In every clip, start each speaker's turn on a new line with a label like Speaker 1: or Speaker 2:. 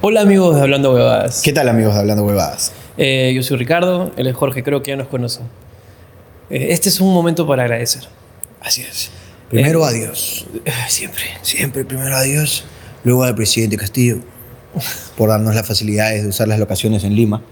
Speaker 1: Hola amigos de Hablando Huevadas.
Speaker 2: ¿Qué tal amigos de Hablando Huevadas?
Speaker 1: Eh, yo soy Ricardo, él es Jorge, creo que ya nos conocen. Eh, este es un momento para agradecer.
Speaker 2: Así es. Primero
Speaker 1: Eh.
Speaker 2: a Dios.
Speaker 1: Siempre.
Speaker 2: Siempre primero a Dios. Luego al presidente Castillo por darnos las facilidades de usar las locaciones en Lima.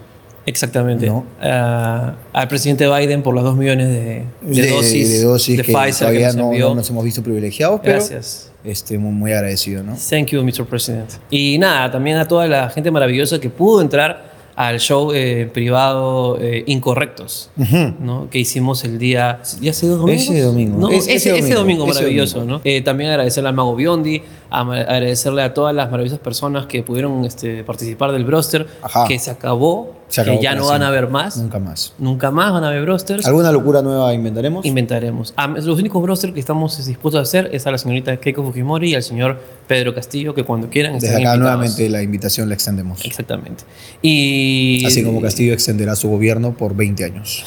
Speaker 1: Exactamente.
Speaker 2: No.
Speaker 1: Ah, al presidente Biden por los 2 millones de, de dosis
Speaker 2: de dosis
Speaker 1: de
Speaker 2: que
Speaker 1: Pfizer que
Speaker 2: todavía
Speaker 1: nos
Speaker 2: no,
Speaker 1: envió.
Speaker 2: no nos hemos visto privilegiados, pero
Speaker 1: Gracias.
Speaker 2: este, muy, muy agradecido, ¿no?
Speaker 1: Thank you, Mr. President. Y nada, también a toda la gente maravillosa que pudo entrar al show eh, privado eh, Incorrectos,
Speaker 2: Ujú.
Speaker 1: ¿no? Que hicimos el día... ¿Ya hace dos domingos?
Speaker 2: Ese domingo.
Speaker 1: No,
Speaker 2: Es-
Speaker 1: ese, ese domingo,
Speaker 2: ese
Speaker 1: maravilloso, ¿no? Eh, también agradecerle al Mago Biondi, a ma- agradecerle a todas las maravillosas personas que pudieron este, participar del broster,
Speaker 2: Ajá.
Speaker 1: que se acabó,
Speaker 2: Se acabó
Speaker 1: que ya
Speaker 2: para
Speaker 1: no van a
Speaker 2: siempre.
Speaker 1: ver más. Pues
Speaker 2: Nunca más.
Speaker 1: Nunca más van a haber brosters.
Speaker 2: ¿Alguna locura nueva inventaremos?
Speaker 1: Inventaremos. Ah, los únicos brosters que estamos dispuestos a hacer es a la señorita Keiko Fujimori y al señor Pedro Castillo, que cuando quieran
Speaker 2: Desde
Speaker 1: están
Speaker 2: acá
Speaker 1: invitados.
Speaker 2: nuevamente la invitación la extendemos.
Speaker 1: Exactamente. Y...
Speaker 2: Así como Castillo extenderá su gobierno por 20 años.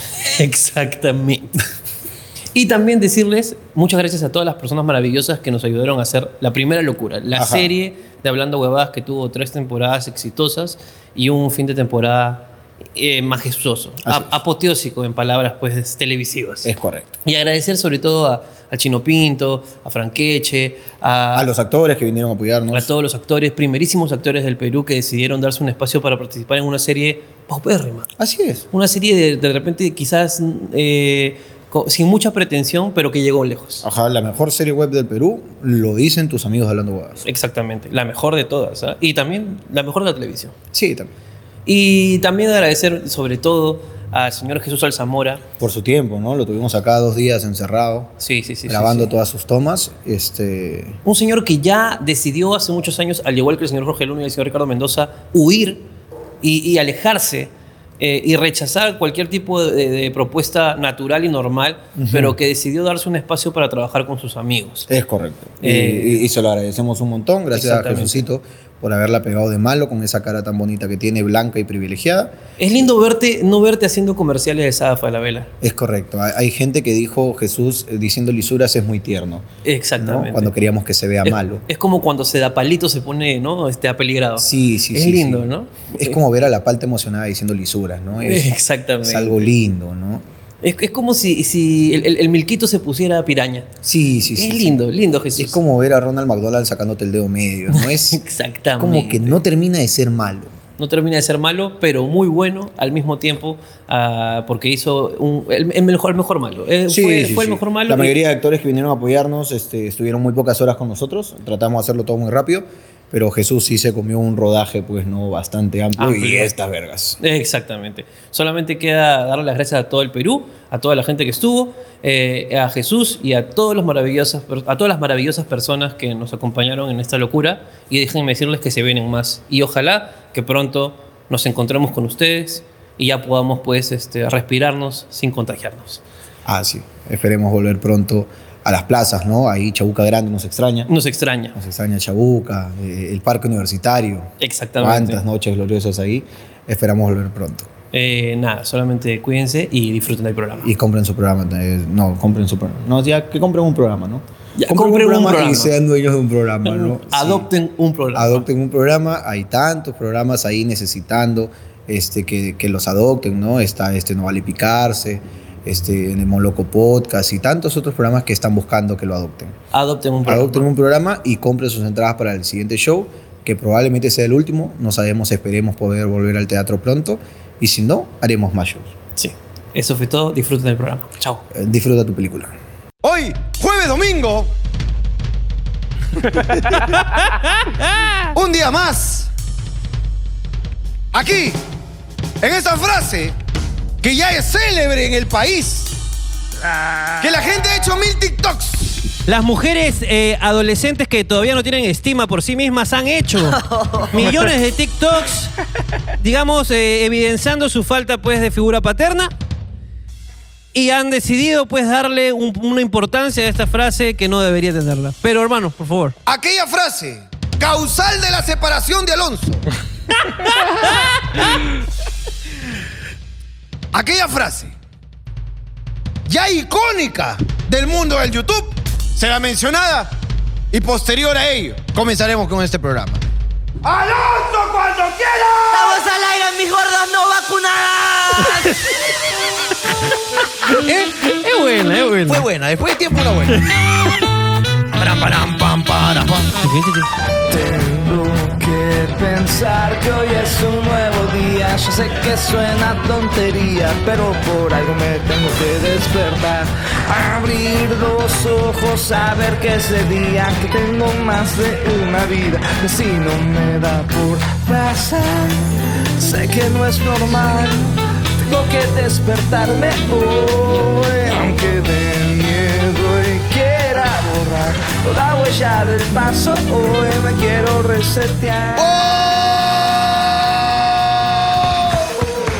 Speaker 1: Exactamente. Y también decirles muchas gracias a todas las personas maravillosas que nos ayudaron a hacer la primera locura, la
Speaker 2: Ajá.
Speaker 1: serie de Hablando Huevadas que tuvo tres temporadas exitosas y un fin de temporada eh, majestuoso,
Speaker 2: Así
Speaker 1: a- apoteósico en palabras pues televisivas.
Speaker 2: Es correcto.
Speaker 1: Y agradecer sobre todo a, a Chino Pinto, a Franqueche, a,
Speaker 2: A los actores que vinieron a
Speaker 1: a
Speaker 2: apoyarnos.
Speaker 1: todos los actores, primerísimos actores del Perú que decidieron darse un espacio para participar en una serie paupérrima.
Speaker 2: Así es.
Speaker 1: Una serie de, de repente quizás eh, co- sin mucha pretensión, pero que llegó lejos.
Speaker 2: Ajá, la mejor serie web del Perú lo dicen tus amigos de Hablando Huevadas.
Speaker 1: Exactamente, la mejor de todas. ¿ah? Y también la mejor de la televisión.
Speaker 2: Sí, también.
Speaker 1: Y también agradecer sobre todo al señor Jesús Alzamora.
Speaker 2: Por su tiempo, ¿no? Lo tuvimos acá dos días encerrado,
Speaker 1: Sí, sí, sí. sí,
Speaker 2: grabando
Speaker 1: sí.
Speaker 2: todas sus tomas. Este,
Speaker 1: Un señor que ya decidió hace muchos años, al igual que el señor Jorge Luna y el señor Ricardo Mendoza, huir y, y alejarse eh, y rechazar cualquier tipo de, de propuesta natural y normal, pero que decidió darse un espacio para trabajar con sus amigos.
Speaker 2: es correcto. Y-
Speaker 1: Eh,
Speaker 2: y, y se lo agradecemos un montón. Gracias a
Speaker 1: Exactamente.
Speaker 2: Jesucito por haberla pegado de malo con esa cara tan bonita que tiene, blanca y privilegiada.
Speaker 1: Es lindo verte, no verte haciendo comerciales de Sadafa la Vela.
Speaker 2: Es correcto. Hay, hay gente que dijo Jesús eh, diciendo lisuras es muy tierno, ¿no?
Speaker 1: Exactamente.
Speaker 2: Cuando queríamos que se vea
Speaker 1: es,
Speaker 2: malo.
Speaker 1: es como cuando se da palito, se pone, ¿no? Este apeligrado.
Speaker 2: Sí, sí,
Speaker 1: es
Speaker 2: sí,
Speaker 1: lindo,
Speaker 2: sí.
Speaker 1: ¿no? Eh,
Speaker 2: Es como ver a la palta emocionada diciendo lisuras, ¿no? Es,
Speaker 1: Exactamente.
Speaker 2: es algo lindo, ¿no?
Speaker 1: Es, es como si, si el, el- el milquito se pusiera piraña.
Speaker 2: Sí, sí, sí.
Speaker 1: es
Speaker 2: sí.
Speaker 1: lindo, lindo Jesús.
Speaker 2: Es como ver a Ronald McDonald sacándote el dedo medio, ¿no? Es
Speaker 1: Exactamente.
Speaker 2: como que no termina de ser malo.
Speaker 1: No termina de ser malo, pero muy bueno al mismo tiempo, ah, porque hizo un- el, el mejor, el mejor malo. Eh, fue fue el mejor malo.
Speaker 2: La
Speaker 1: y-
Speaker 2: mayoría de actores que vinieron a apoyarnos este, estuvieron muy pocas horas con nosotros. Tratamos de hacerlo todo muy rápido, pero Jesús sí se comió un rodaje, pues no, bastante amplio.
Speaker 1: Amplio.
Speaker 2: Y estas vergas.
Speaker 1: Exactamente. Solamente queda darle las gracias a todo el Perú, a toda la gente que estuvo, eh, a Jesús y a, todos los maravillosos, a todas las maravillosas personas que nos acompañaron en esta locura. Y déjenme decirles que se vienen más. Y ojalá que pronto nos encontremos con ustedes y ya podamos pues este, respirarnos sin contagiarnos.
Speaker 2: Ah, sí. Esperemos volver pronto a las plazas, ¿no? Ahí Chabuca Grande nos extraña.
Speaker 1: Nos extraña.
Speaker 2: Nos extraña Chabuca, eh, el parque universitario.
Speaker 1: Exactamente.
Speaker 2: Cuántas noches gloriosas ahí. Esperamos volver pronto.
Speaker 1: Eh, nada, solamente cuídense y disfruten del programa.
Speaker 2: Y compren su programa. eh, no, compren su programa. No, ya que compren un programa, ¿no?
Speaker 1: Ya, compren un programa.
Speaker 2: y sean dueños de un programa, ¿no?
Speaker 1: Adopten un programa.
Speaker 2: adopten un programa. Hay tantos programas ahí necesitando este, que, que los adopten, ¿no? Está este No Vale Picarse, este, en el Moloco Podcast y tantos otros programas que están buscando que lo adopten.
Speaker 1: adopten un programa.
Speaker 2: Adopten un programa y compren sus entradas para el siguiente show, que probablemente sea el último. No sabemos, esperemos poder volver al teatro pronto. Y si no, haremos más shows.
Speaker 1: Sí. Eso fue todo. Disfruten del programa. Chao.
Speaker 2: Eh, Disfruta tu película.
Speaker 3: Hoy, jueves domingo. Un día más. Aquí, en esa frase que ya es célebre en el país. Que la gente ha hecho mil TikToks.
Speaker 4: Las mujeres eh, adolescentes que todavía no tienen estima por sí mismas han hecho millones de TikToks, digamos, eh, evidenciando su falta pues de figura paterna y han decidido pues darle un- una importancia a esta frase que no debería tenerla. Pero hermanos, por favor.
Speaker 3: Aquella frase, causal de la separación de Alonso. Aquella frase, ya icónica del mundo del YouTube, será mencionada y posterior a ello comenzaremos con este programa. ¡Alonso cuando
Speaker 1: Es buena, es buena.
Speaker 2: Fue buena, después de tiempo una buena. Param, param, pam, param, pam.
Speaker 5: Tengo que pensar que hoy es un nuevo día. Yo sé que suena tontería, pero por algo me tengo que despertar. Abrir los ojos, saber que ese día que tengo más de una vida. Que si no me da por pasar, sé que no es normal. Tengo que despertarme hoy, aunque de miedo y quiera borrar toda huella del paso. Hoy me quiero resetear.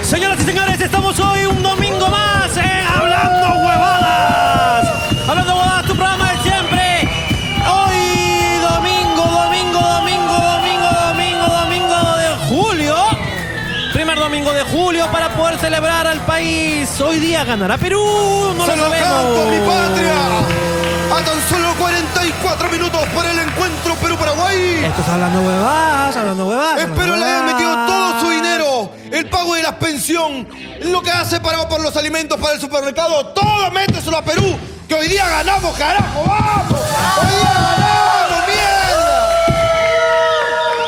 Speaker 1: Señoras y señores, estamos hoy un domingo más en Hablando Huevadas. Hablando Huevadas, tu programa de siempre. Hoy domingo, domingo, domingo, domingo, domingo, domingo de julio. Primer domingo de julio para poder celebrar al país. Hoy día ganará Perú. No
Speaker 3: ¡Se
Speaker 1: lo
Speaker 3: lo
Speaker 1: sabemos.
Speaker 3: canto a mi patria! A tan solo 44 minutos para el encuentro Perú-Paraguay.
Speaker 1: Esto es Hablando Huevadas, Hablando Huevadas.
Speaker 3: Espero
Speaker 1: Hablando
Speaker 3: le hayan metido
Speaker 1: Huevadas.
Speaker 3: todo su dinero. El pago de las pensión, lo que ha separado por los alimentos para el supermercado. Todo méteselo a Perú. Que hoy día ganamos, carajo. ¡Vamos! ¡Hoy día ganamos, mierda!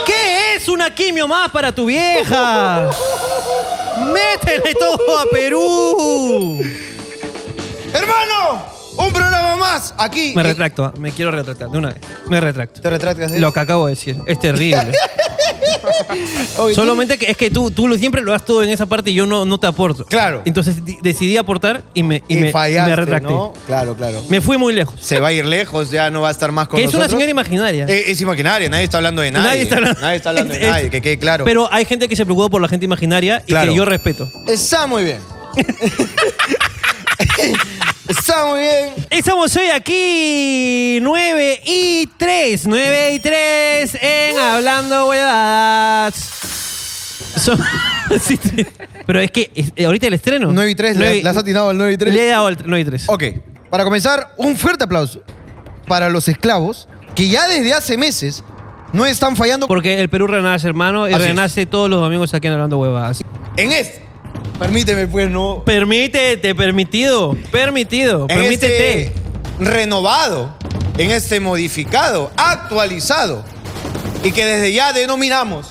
Speaker 1: ¿Qué es una quimio más para tu vieja? Métele todo a Perú.
Speaker 3: ¡Hermano! Un programa más aquí.
Speaker 1: Me retracto, ah, me quiero retractar de una vez. Me retracto.
Speaker 3: ¿Te retratas? eh?
Speaker 1: Lo que acabo de decir es terrible.
Speaker 3: Hoy
Speaker 1: Solamente que es que tú, tú lo- siempre lo das todo en esa parte y yo no, no te aporto.
Speaker 3: Claro.
Speaker 1: Entonces di- decidí aportar y me, y
Speaker 3: Y
Speaker 1: me,
Speaker 3: fallaste,
Speaker 1: me retracté.
Speaker 3: ¿no? Claro, claro.
Speaker 1: Me fui muy lejos.
Speaker 3: Se va a ir lejos, ya no va a estar más con
Speaker 1: Que es una
Speaker 3: nosotros.
Speaker 1: señora imaginaria.
Speaker 3: Eh, es imaginaria, nadie está hablando de nadie.
Speaker 1: Nadie está hablando-
Speaker 3: Nadie está hablando de
Speaker 1: Es-
Speaker 3: nadie, que quede claro.
Speaker 1: Pero hay gente que se preocupa por la gente imaginaria y
Speaker 3: Claro.
Speaker 1: que yo respeto.
Speaker 3: Está muy bien. está muy bien.
Speaker 1: Estamos hoy aquí 9 y 3, 9 y 3 en Hablando Huevadas. So- Sí, sí. pero es que es- eh, ahorita el estreno.
Speaker 3: 9 y 3, le-
Speaker 1: Nueve-
Speaker 3: le has atinado al 9 y 3.
Speaker 1: Le he dado al 9 y 3.
Speaker 3: Ok, para comenzar, un fuerte aplauso para los esclavos que ya desde hace meses no están fallando
Speaker 1: Porque el Perú renace, hermano, y
Speaker 3: Así es.
Speaker 1: renace todos los domingos aquí en Hablando Huevadas.
Speaker 3: en este. Permíteme, pues, no.
Speaker 1: Permítete, permitido, permitido,
Speaker 3: En
Speaker 1: permítete.
Speaker 3: este renovado, en este modificado, actualizado, y que desde ya denominamos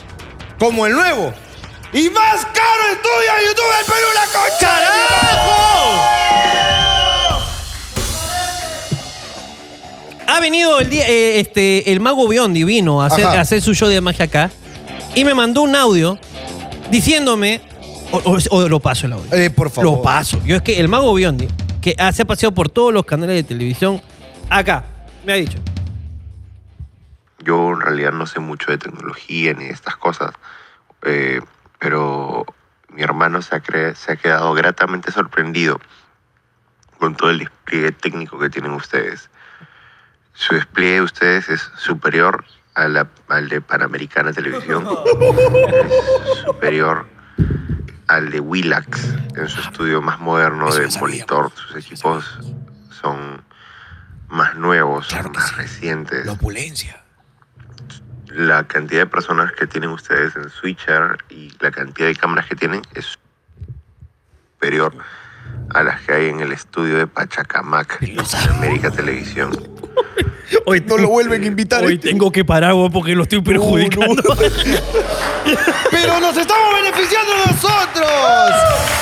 Speaker 3: como el nuevo y más caro estudio de YouTube del Perú, la concha. de mi
Speaker 1: Ha venido el día, eh, este, el mago Biondi vino a hacer,
Speaker 3: Ajá.
Speaker 1: a hacer su show de magia acá y me mandó un audio diciéndome, o, o- o lo paso el audio.
Speaker 3: madre. Eh, por favor.
Speaker 1: Lo paso. Yo es que el mago Biondi, que ha- se ha paseado por todos los canales de televisión, acá, me ha dicho.
Speaker 6: Yo en realidad no sé mucho de tecnología ni de estas cosas, eh, pero mi hermano se ha, cre- se ha quedado gratamente sorprendido con todo el despliegue técnico que tienen ustedes. Su despliegue de ustedes es superior a la- al de Panamericana Televisión, es superior al de Willax en su estudio más moderno de monitor. Sus equipos son más nuevos, son más recientes la cantidad de personas que tienen ustedes en Switcher y la cantidad de cámaras que tienen es superior a las que hay en el estudio de Pachacamac de América Televisión.
Speaker 1: Hoy
Speaker 3: No lo vuelven a invitar.
Speaker 1: Hoy tengo que parar, güey, porque lo estoy perjudicando.
Speaker 3: Pero nos estamos beneficiando nosotros.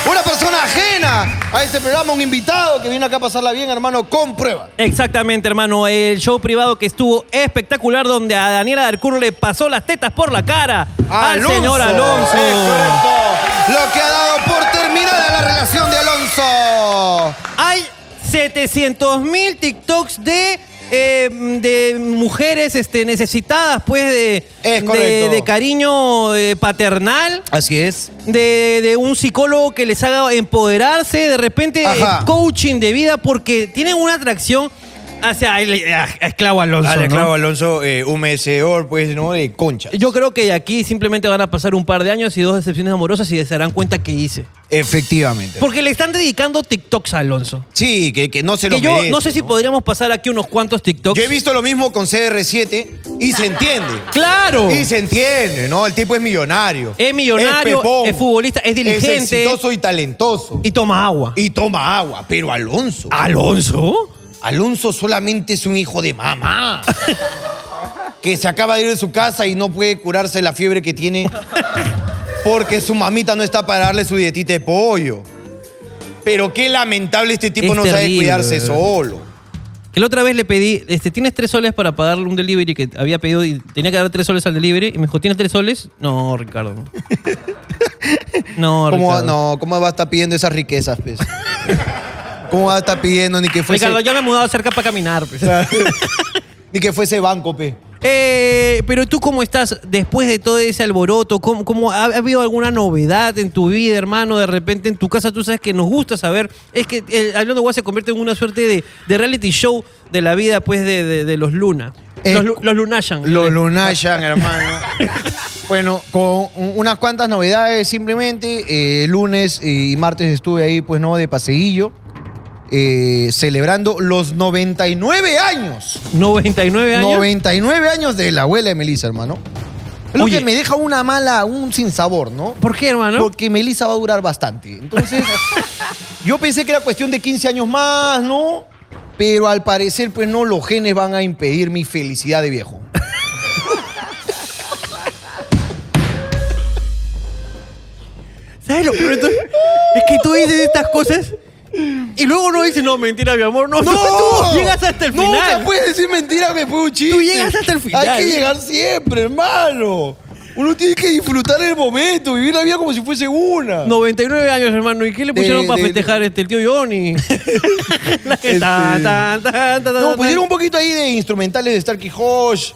Speaker 3: Una persona ajena a este programa, un invitado que vino acá a pasarla bien, hermano, con prueba.
Speaker 1: Exactamente, hermano. El show privado que estuvo espectacular, donde a Daniela Darcur le pasó las tetas por la cara al señor Alonso.
Speaker 3: Es correcto. Lo que ha dado por terminada la relación de Alonso.
Speaker 1: Hay 700 mil TikToks de, eh, de mujeres este, necesitadas, pues, de,
Speaker 3: Es
Speaker 1: de,
Speaker 3: correcto.
Speaker 1: de cariño eh, paternal.
Speaker 3: Así es.
Speaker 1: De, de un psicólogo que les haga empoderarse, de repente eh,
Speaker 3: Ajá.
Speaker 1: coaching de vida, porque tienen una atracción
Speaker 4: hacia el- a- a Esclavo Alonso.
Speaker 3: Dale,
Speaker 4: ¿no?
Speaker 3: Clavo Alonso, eh, un mecedor, pues, ¿no? De concha.
Speaker 4: Yo creo que de aquí simplemente van a pasar un par de años y dos decepciones amorosas y se darán cuenta que hice.
Speaker 3: Efectivamente.
Speaker 4: Porque le están dedicando TikToks a Alonso.
Speaker 3: Sí, que, que no se lo
Speaker 4: Que yo
Speaker 3: merece,
Speaker 4: no sé si podríamos pasar aquí unos cuantos TikToks.
Speaker 3: Yo he visto lo mismo con CR7 y se entiende.
Speaker 4: ¡Claro!
Speaker 3: Y se entiende, ¿no? El tipo es millonario.
Speaker 4: Es millonario,
Speaker 3: pepón,
Speaker 4: es futbolista, es diligente.
Speaker 3: Es exitoso y talentoso.
Speaker 4: Y Ah, toma agua.
Speaker 3: Y toma agua, pero Alonso.
Speaker 4: ¿Alonso?
Speaker 3: Alonso solamente es un hijo de mamá. que se acaba de ir de su casa y no puede curarse la fiebre que tiene porque su mamita no está para darle su dietita de pollo. Pero qué lamentable este tipo
Speaker 4: Es
Speaker 3: no sabe
Speaker 4: terrible,
Speaker 3: cuidarse
Speaker 4: bro.
Speaker 3: solo.
Speaker 4: Que la otra vez le pedí, este, tienes tres soles para pagarle un delivery que había pedido y tenía que dar tres soles al delivery. Y me dijo, ¿tienes tres soles? No, Ricardo. No,
Speaker 3: ¿Cómo, va-
Speaker 4: Ricardo.
Speaker 3: no, ¿Cómo va a estar pidiendo esas riquezas, pues? ¿Cómo va a estar pidiendo ni que fuese,
Speaker 4: Ricardo, yo me he mudado cerca para caminar. pues.
Speaker 3: ni que fuese banco, pe?
Speaker 4: Eh, pero tú, ¿cómo estás después de todo ese alboroto? ¿Cómo, cómo ha, ha habido alguna novedad en tu vida, hermano? De repente en tu casa, tú sabes que nos gusta saber. Es que el Hablando Guay se convierte en una suerte de, de reality show de la vida, pues, de, de- de los Luna.
Speaker 3: Eh,
Speaker 4: los, Lu- los Lunashan.
Speaker 3: Los Lunashan, hermano. Bueno, con un- unas cuantas novedades simplemente. eh, lunes y martes estuve ahí, pues no, de paseillo, eh, celebrando los 99 años.
Speaker 4: 99 años.
Speaker 3: 99 años de la abuela de Melissa, hermano. Lo
Speaker 4: Oye.
Speaker 3: que me deja una mala, un sinsabor, ¿no?
Speaker 4: ¿Por qué, hermano?
Speaker 3: Porque Melissa va a durar bastante. Entonces, yo pensé que era cuestión de 15 años más, ¿no? Pero al parecer, pues no, los genes van a impedir mi felicidad de viejo.
Speaker 4: ¿Sabes lo peor de todo? Es que tú dices estas cosas y luego no dices, no, mentira, mi amor. No, no, tú llegas hasta el final.
Speaker 3: Nunca puedes decir mentira me fue un chiste.
Speaker 4: Tú llegas hasta el final.
Speaker 3: Hay que llegar siempre, hermano. Uno tiene que disfrutar el momento, vivir la vida como si fuese una.
Speaker 4: 99 años, hermano. ¿Y qué le pusieron
Speaker 3: De-
Speaker 4: para
Speaker 3: de-
Speaker 4: festejar este, el tío Johnny? La que ta, ta, ta, ta, ta,
Speaker 3: No,
Speaker 4: ta.
Speaker 3: pusieron un poquito ahí de instrumentales de Starkey Hosh.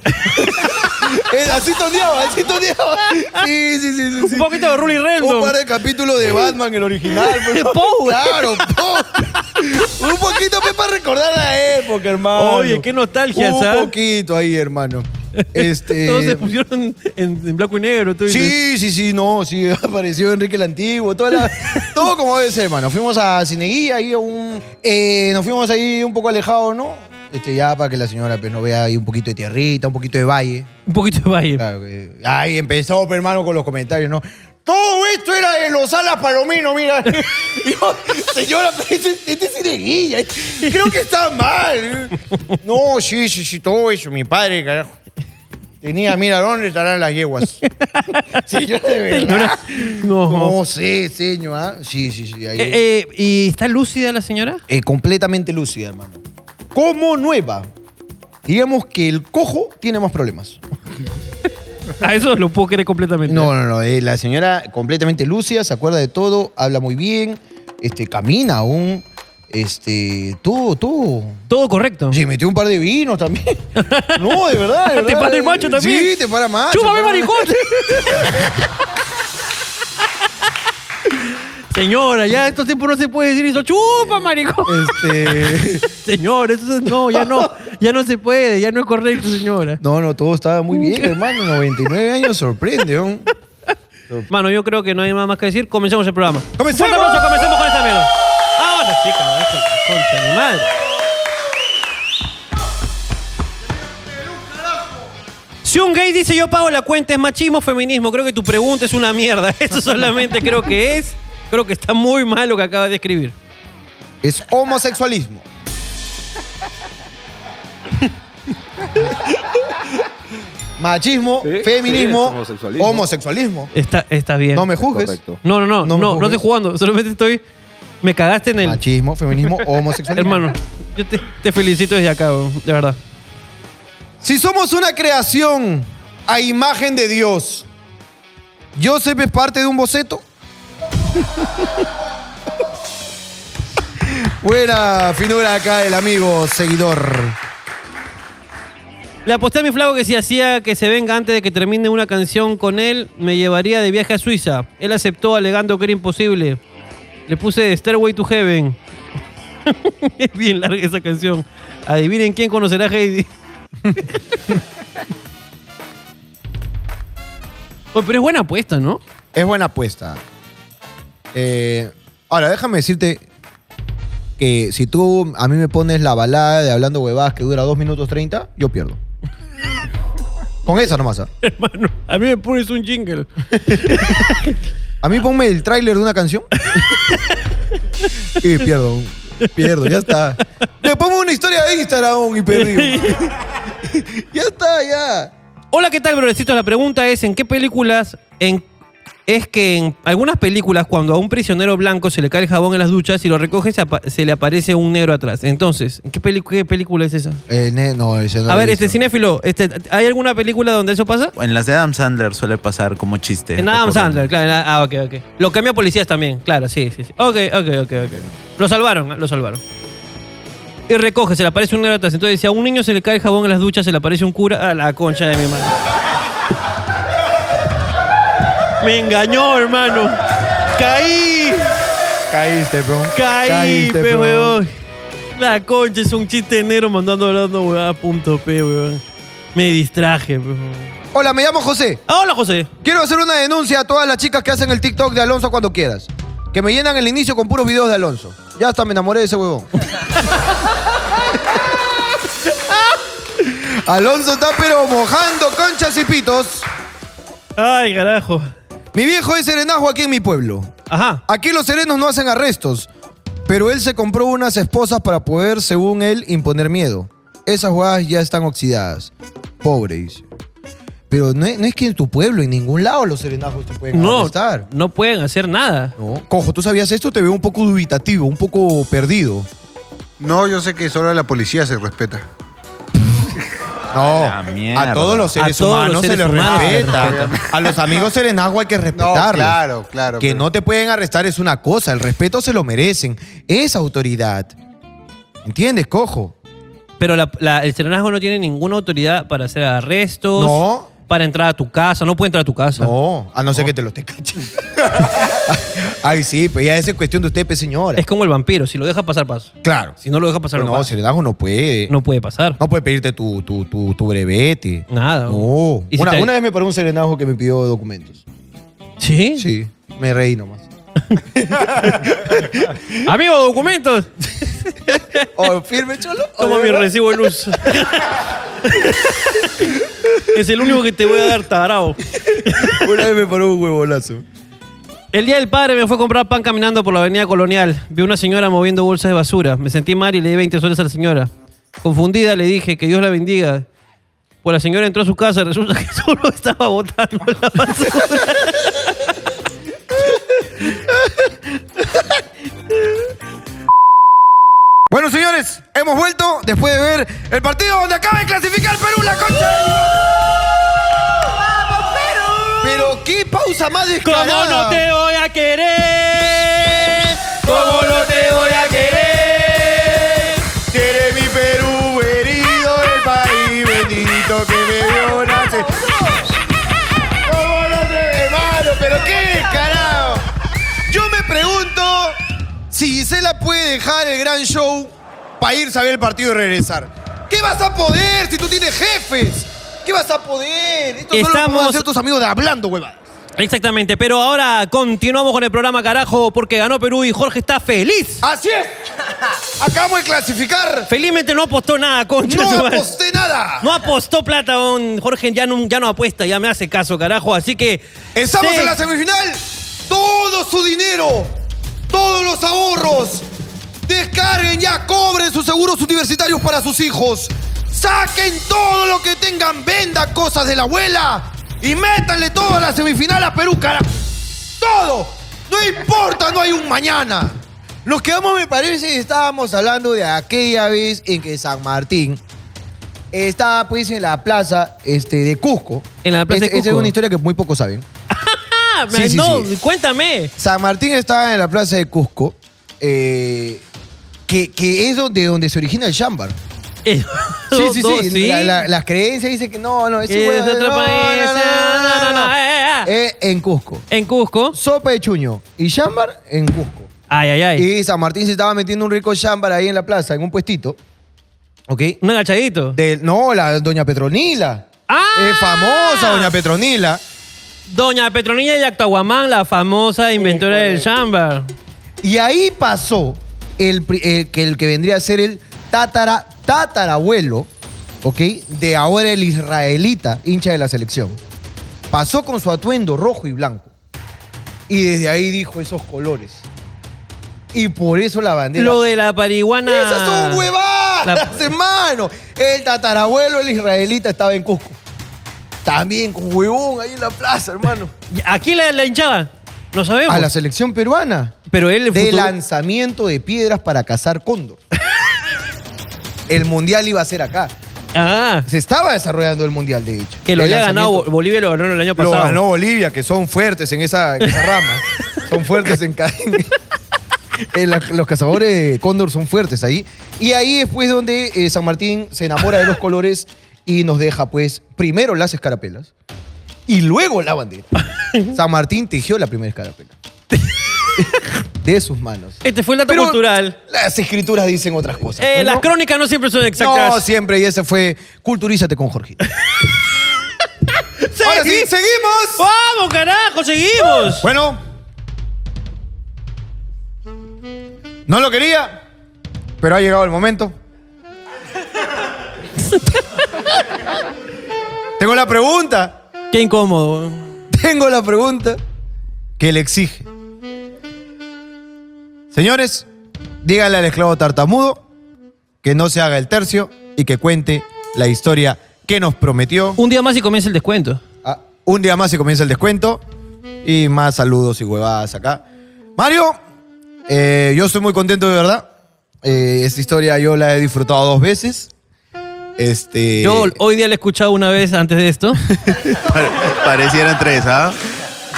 Speaker 3: Eh, así toneaba, así toneaba. Sí, sí, sí, sí.
Speaker 4: Un
Speaker 3: sí.
Speaker 4: poquito de Rully Random.
Speaker 3: Un par de capítulos de Batman, el original. pero-
Speaker 4: Poe.
Speaker 3: Claro, Poe. Un poquito pues, para recordar la época, hermano.
Speaker 4: Oye, qué nostalgia,
Speaker 3: Un
Speaker 4: ¿sabes?
Speaker 3: poquito ahí, hermano. Este...
Speaker 4: Todos se pusieron en, en blanco y negro. tú dices.
Speaker 3: Sí, sí, sí, no, sí, apareció Enrique el Antiguo, toda la- todo como debe ser, hermano. Fuimos a Cineguía, ahí a un, eh, nos fuimos ahí un poco alejados, ¿no? Este, ya para que la señora pues, no vea ahí un poquito de tierrita, un poquito de valle.
Speaker 4: Un poquito de valle.
Speaker 3: Claro, que- ahí empezó, pues, hermano, con los comentarios, ¿no? Todo esto era de los alas palomino, mira. Yo, señora, pero este, este es Cineguilla, creo que está mal. ¿eh? No, sí, sí, sí, todo eso, mi padre, carajo. Tenía, mira, ¿dónde estarán las yeguas? Señora, de verdad.
Speaker 4: Señora, no.
Speaker 3: No sé, señor. ¿ah? Sí, sí, sí. ahí.
Speaker 4: Eh, eh, ¿Y está lúcida la señora?
Speaker 3: Eh, completamente lúcida, hermano. Como nueva. Digamos que el cojo tiene más problemas. Ah,
Speaker 4: A eso lo puedo creer completamente.
Speaker 3: No, no, no. eh, la señora completamente lúcida, se acuerda de todo, habla muy bien, este, camina aún. Este, todo, todo.
Speaker 4: Todo correcto.
Speaker 3: Sí, metió un par de vinos también. No, de verdad. de
Speaker 4: Te
Speaker 3: verdad.
Speaker 4: para el macho también.
Speaker 3: Sí, te para macho.
Speaker 4: ¡Chúpame,
Speaker 3: pero-
Speaker 4: maricón! Señora, ya estos tiempos no se puede decir eso. ¡Chupa, maricón!
Speaker 3: Este.
Speaker 4: Señora, eso es- no, ya no, ya no se puede, ya no es correcto, señora.
Speaker 3: No, no, todo estaba muy bien, hermano. 99 años sorprende, ¿no?
Speaker 4: Mano, yo creo que no hay nada más que decir. Comencemos el programa. ¡Comencemos! comencemos con esta mierda! ¡Ahora, chica! esta- ¡Concha de madre! Si un gay dice yo pago la cuenta, ¿es machismo o feminismo? Creo que tu pregunta es una mierda. Eso solamente creo que es. Creo que está muy mal lo que acabas de escribir.
Speaker 3: Es homosexualismo. Machismo,
Speaker 7: Sí,
Speaker 3: feminismo,
Speaker 7: sí, es homosexualismo.
Speaker 3: homosexualismo.
Speaker 4: Está, está bien.
Speaker 3: No me juzgues.
Speaker 7: Correcto.
Speaker 4: No, no, no,
Speaker 3: No
Speaker 4: no,
Speaker 3: me
Speaker 4: no,
Speaker 3: juzgues.
Speaker 4: estoy jugando. Solamente estoy. Me cagaste en el.
Speaker 3: Machismo, feminismo, homosexualismo.
Speaker 4: Hermano, yo te, te felicito desde acá, weón, de verdad.
Speaker 3: Si somos una creación a imagen de Dios, ¿Joseph es parte de un boceto? Buena finura acá el amigo seguidor.
Speaker 4: Le aposté a mi flaco que si hacía que se venga antes de que termine una canción con él, me llevaría de viaje a Suiza. Él aceptó alegando que era imposible. Le puse Stairway to Heaven. Es bien larga esa canción. Adivinen quién conocerá a Heidi. Oye, pero es buena apuesta, ¿no?
Speaker 3: Es buena apuesta. Eh, ahora, déjame decirte que si tú a mí me pones la balada de Hablando Huevadas que dura 2 minutos 30, yo pierdo. Con esa nomás. ah.
Speaker 4: Hermano, a mí me pones un jingle.
Speaker 3: A mí ponme el tráiler de una canción y pierdo. Pierdo, ya está. Le pongo una historia de Instagram y perdí. ya está, ya.
Speaker 4: Hola, ¿qué tal, brothercitos? La pregunta es, ¿en qué películas... En, es que en algunas películas, cuando a un prisionero blanco se le cae el jabón en las duchas y lo recoge, se, apa- se le aparece un negro atrás. Entonces, ¿en qué, peli- qué película es esa?
Speaker 3: Eh, ne- no, ese no
Speaker 4: A
Speaker 3: lo
Speaker 4: ver,
Speaker 3: he
Speaker 4: este
Speaker 3: visto.
Speaker 4: cinéfilo, este, ¿hay alguna película donde eso pasa?
Speaker 7: En las de Adam Sandler suele pasar como chiste.
Speaker 4: En Adam
Speaker 7: Recordando.
Speaker 4: Sandler, claro. en la- Ah, ok, ok. Lo cambia a policías también, claro, sí, sí, sí. Ok, ok, ok, ok. Lo salvaron, lo salvaron. Y recoge, se le aparece un negro atrás. Entonces, si a un niño se le cae el jabón en las duchas, se le aparece un cura a la concha de mi madre. Me engañó, hermano. Caí,
Speaker 3: Caíste, bro.
Speaker 4: caí,
Speaker 3: Caíste,
Speaker 4: pe,
Speaker 3: bro.
Speaker 4: weón. La concha es un chiste de negro mandando hablando, weón, a punto, pe, weón. Me distraje, pe, weón.
Speaker 3: Hola, me llamo José.
Speaker 4: Ah, Hola, José.
Speaker 3: Quiero hacer una denuncia a todas las chicas que hacen el TikTok de Alonso cuando quieras. Que me llenan el inicio con puros videos de Alonso. Ya hasta me enamoré de ese huevón. Alonso está pero mojando conchas y pitos.
Speaker 4: Ay, carajo.
Speaker 3: Mi viejo es serenajo aquí en mi pueblo.
Speaker 4: Ajá.
Speaker 3: Aquí los serenos no hacen arrestos, pero él se compró unas esposas para poder, según él, imponer miedo. Esas jugadas ya están oxidadas. Pobres. Pero no es, no es que en tu pueblo, en ningún lado los serenajos te pueden
Speaker 4: No,
Speaker 3: arrestar.
Speaker 4: no pueden hacer nada.
Speaker 3: No. Cojo, ¿tú sabías esto? Te veo un poco dubitativo, un poco perdido.
Speaker 8: No, yo sé que solo a la policía se respeta.
Speaker 3: No,
Speaker 7: La mierda.
Speaker 3: a todos los seres
Speaker 4: A todos
Speaker 3: humanos
Speaker 4: los seres
Speaker 3: se les
Speaker 4: humanos se les
Speaker 3: respeta. A los amigos serenajos hay que
Speaker 8: No,
Speaker 3: respetarlos.
Speaker 8: claro, claro.
Speaker 3: Que
Speaker 8: pero-
Speaker 3: no te pueden arrestar es una cosa, el respeto se lo merecen. Es autoridad. ¿Entiendes, cojo?
Speaker 4: Pero la- la- el serenazgo no tiene ninguna autoridad para hacer arrestos.
Speaker 3: No.
Speaker 4: Para entrar a tu casa. No puede entrar a tu casa.
Speaker 3: No, a no ser que te lo te cachen. Ay, sí, pues ya esa es cuestión de usted, pues, señora.
Speaker 4: Es como el vampiro. Si lo deja pasar, pasa.
Speaker 3: claro.
Speaker 4: Si no lo deja pasar,
Speaker 3: Pero
Speaker 4: no,
Speaker 3: no,
Speaker 4: pasa.
Speaker 3: serenajo no puede.
Speaker 4: No puede pasar.
Speaker 3: No puede pedirte tu, tu, tu, tu brevete.
Speaker 4: Nada.
Speaker 3: No.
Speaker 4: ¿Y si
Speaker 3: Una,
Speaker 4: te-
Speaker 3: una vez me paró un serenajo que me pidió documentos.
Speaker 4: ¿Sí?
Speaker 3: Sí, me reí nomás.
Speaker 4: Amigo, documentos.
Speaker 3: Oh, firme, cholo.
Speaker 4: Toma mi recibo de luz. es el único que te voy a dar, tarao.
Speaker 3: Una vez me paró un huevolazo.
Speaker 4: El día del padre me fue a comprar pan caminando por la avenida colonial. Vi una señora moviendo bolsas de basura. Me sentí mal y le di 20 soles a la señora. Confundida le dije que Dios la bendiga. Pues la señora entró a su casa, resulta que solo estaba botando la basura.
Speaker 3: Bueno, señores, hemos vuelto después de ver el partido donde acaba de clasificar Perú la concha. ¡Vamos, Perú! Pero qué pausa más descarada.
Speaker 4: voy a querer?
Speaker 3: ¿Cómo no te voy a querer? Quiere mi Perú herido, el país bendito que me vio nacer. ¿Cómo no te hermano? Pero qué descarado. Yo me pregunto si Gisela puede dejar el gran show para irse a ver el partido y regresar. ¿Qué vas a poder si tú tienes jefes? ¿Qué vas a poder? Esto solo lo
Speaker 4: Estamos-
Speaker 3: pueden hacer tus amigos de hablando, huevadas.
Speaker 4: Exactamente, pero ahora continuamos con el programa, carajo, porque ganó Perú y Jorge está feliz.
Speaker 3: Así es. Acabamos de clasificar.
Speaker 4: Ah, Felizmente no apostó nada, concha. de su
Speaker 3: No
Speaker 4: madre.
Speaker 3: aposté nada.
Speaker 4: No apostó plata, don Jorge ya no, ya no apuesta, ya me hace caso, carajo. Así que.
Speaker 3: Estamos
Speaker 4: Sí.
Speaker 3: en la semifinal. Todo su dinero, todos los ahorros. Descarguen ya, cobren sus seguros universitarios para sus hijos. Saquen todo lo que tengan, vendan cosas de la abuela y métanle todo a la semifinal a Perú, carajo. Todo. No importa, no hay un mañana. Nos quedamos, me parece, estábamos hablando de aquella vez en que San Martín estaba pues en la plaza este, de Cusco.
Speaker 4: En la plaza de
Speaker 3: Este- esta es
Speaker 4: Cusco.
Speaker 3: una historia que muy pocos saben.
Speaker 4: Ah,
Speaker 3: Sí, sí,
Speaker 4: no,
Speaker 3: sí.
Speaker 4: cuéntame.
Speaker 3: San Martín estaba en la plaza de Cusco, eh, que, que es donde, donde se origina el chambar.
Speaker 4: Eh,
Speaker 3: Sí, sí,
Speaker 4: no,
Speaker 3: sí. La- la- las creencias dicen que no, no, ese
Speaker 4: Eh,
Speaker 3: huevo-
Speaker 4: es otro
Speaker 3: no, no,
Speaker 4: país,
Speaker 3: no, eh, no, no, no, no.
Speaker 4: eh, eh, eh.
Speaker 3: Eh, en Cusco.
Speaker 4: En Cusco.
Speaker 3: Sopa de chuño y chambar en Cusco.
Speaker 4: Ay, ay, ay.
Speaker 3: Y San Martín se estaba metiendo un rico chambar ahí en la plaza, en un puestito. ¿Ok?
Speaker 4: Un agachadito.
Speaker 3: De- no, la doña Petronila.
Speaker 4: ¡Ah!
Speaker 3: Es famosa doña Petronila.
Speaker 4: Doña Petronilla y Actahuamán, la famosa inventora del chamber.
Speaker 3: Y ahí pasó el, pri- el que, el que vendría a ser el tatara, tatarabuelo, ¿ok? De ahora el israelita, hincha de la selección. Pasó con su atuendo rojo y blanco. Y desde ahí dijo esos colores. Y por eso la bandera.
Speaker 4: Lo de la parihuana.
Speaker 3: ¡Esas son huevadas,
Speaker 4: La-
Speaker 3: hermano! El tatarabuelo, el israelita, estaba en Cusco. También con huevón ahí en la plaza, hermano.
Speaker 4: Aquí la, la hinchaba. No sabemos.
Speaker 3: A la selección peruana.
Speaker 4: Pero él el
Speaker 3: de
Speaker 4: futuro-
Speaker 3: lanzamiento de piedras para cazar cóndor. el mundial iba a ser acá.
Speaker 4: Ah,
Speaker 3: Se estaba desarrollando el mundial, de hecho.
Speaker 4: que lo
Speaker 3: El
Speaker 4: había ganado Bo-
Speaker 3: lanzamiento.
Speaker 4: Bolivia, lo ganó el año pasado.
Speaker 3: Lo ganó Bolivia, que son fuertes en esa, en esa rama. son fuertes en cada. en la- los cazadores de cóndor son fuertes ahí. Y ahí es pues donde eh, San Martín se enamora de los colores y nos deja, pues, primero las escarapelas y luego la bandera. San Martín tejió la primera escarapela. de sus manos.
Speaker 4: Este fue el dato
Speaker 3: Pero
Speaker 4: cultural.
Speaker 3: Las escrituras dicen otras cosas.
Speaker 4: Eh,
Speaker 3: ¿no?
Speaker 4: Las crónicas no siempre son
Speaker 3: No,
Speaker 4: exactas.
Speaker 3: siempre, y ese fue Culturízate con Jorgito.
Speaker 4: Sí.
Speaker 3: Ahora sí, seguimos.
Speaker 4: ¡Vamos, carajo! ¡Seguimos!
Speaker 3: Bueno. No lo quería, pero ha llegado el momento. Tengo la pregunta.
Speaker 4: Qué incómodo.
Speaker 3: Tengo la pregunta que le exige. Señores, díganle al esclavo tartamudo que no se haga el tercio y que cuente la historia que nos prometió.
Speaker 4: Un día más y comienza el descuento.
Speaker 3: Ah, un día más y comienza el descuento. Y más saludos y huevadas acá. Mario, eh, yo estoy muy contento de verdad. Eh, esta historia yo la he disfrutado dos veces. Este.
Speaker 4: Yo hoy día le he escuchado una vez antes de esto.
Speaker 7: Pa- Parecieran tres, ¿ah?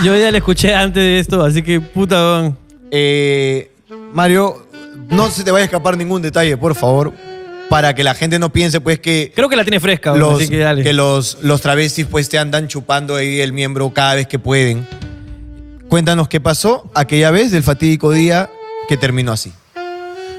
Speaker 4: Yo hoy día le escuché antes de esto, así que puta. weón.
Speaker 3: Eh, Mario, no se te vaya a escapar ningún detalle, por favor. Para que la gente no piense, pues, que
Speaker 4: Creo que la tiene fresca, weón,
Speaker 3: los,
Speaker 4: así que dale.
Speaker 3: que los, los travestis, pues, te andan chupando ahí el miembro cada vez que pueden. Cuéntanos qué pasó aquella vez del fatídico día que terminó así.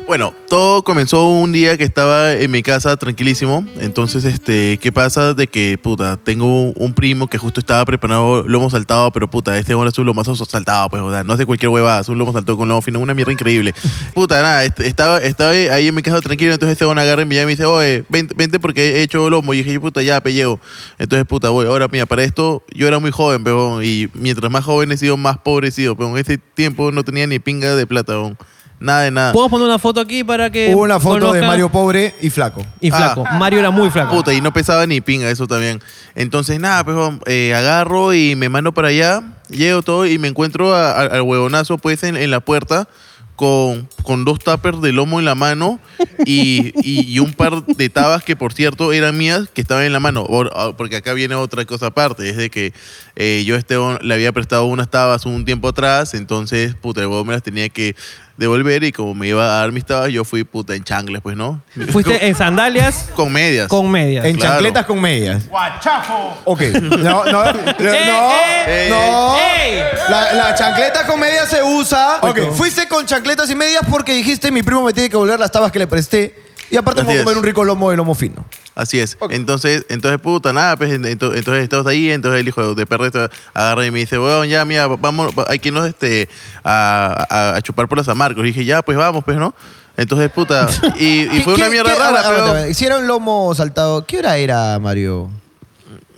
Speaker 7: Bueno, todo comenzó un día que estaba en mi casa tranquilísimo. Entonces, este, ¿qué pasa? De que, puta, tengo un primo que justo estaba preparando lomo saltado, pero puta, este bueno es un lomazo saltado, pues, o sea, no hace cualquier huevada, es un lomo saltado con lomo fino, una mierda increíble. Puta, nada, est- estaba, estaba ahí en mi casa tranquilo, entonces este bueno agarra y me llama y me dice, oye, vente, vente porque he hecho lomo. Y dije, puta, ya, pellejo. Entonces, puta, voy, ahora, mira, para esto yo era muy joven, peón, y mientras más joven he sido, más pobre he sido, peón. En ese tiempo no tenía ni pinga de plata, peón. Nada de nada.
Speaker 4: ¿Podemos poner una foto aquí para que.
Speaker 3: Hubo una foto de
Speaker 4: conozcan?
Speaker 3: Mario Ah. pobre y flaco.
Speaker 4: Y flaco. Mario era muy flaco.
Speaker 7: Ah. Puta, y no pesaba ni pinga eso también. Entonces, nada, pues huevón, eh, agarro y me mando para allá, llego todo y me encuentro a- a- al huevonazo pues en, en la puerta con, con dos tuppers de lomo en la mano y, y- y un par de tabas que por cierto eran mías que estaban en la mano. Por- ah, Porque acá viene otra cosa aparte, es de que eh, yo a Esteban le había prestado unas tabas un tiempo atrás, entonces, puta, el huevón me las tenía que devolver y como me iba a dar mis tabas, yo fui puta en changles, pues, ¿no?
Speaker 4: Fuiste en sandalias
Speaker 7: con medias.
Speaker 4: con medias.
Speaker 3: En
Speaker 7: Claro.
Speaker 3: chancletas con medias. ¡Guachafo! Ok. No, no, no.
Speaker 4: eh,
Speaker 3: no.
Speaker 4: ey.
Speaker 3: La, la chancleta con medias se usa. Ok. Fuiste con chancletas y medias porque dijiste mi primo me tiene que volver las tabas que le presté. Y aparte me voy a
Speaker 7: Así
Speaker 3: comer
Speaker 7: es.
Speaker 3: un rico lomo de lomo fino.
Speaker 7: Así es. Entonces, entonces, puta, nada, pues, ento- entonces estamos ahí, entonces el hijo de perro está- agarra y me dice, weón, ya, mira, vamos, va- hay que irnos este, a, a- a chupar por las San Marcos. Y dije, ya, pues vamos, pues, ¿no? Entonces, puta, y, y fue una mierda rara, pero
Speaker 3: Hicieron lomo saltado. ¿Qué hora era, Mario?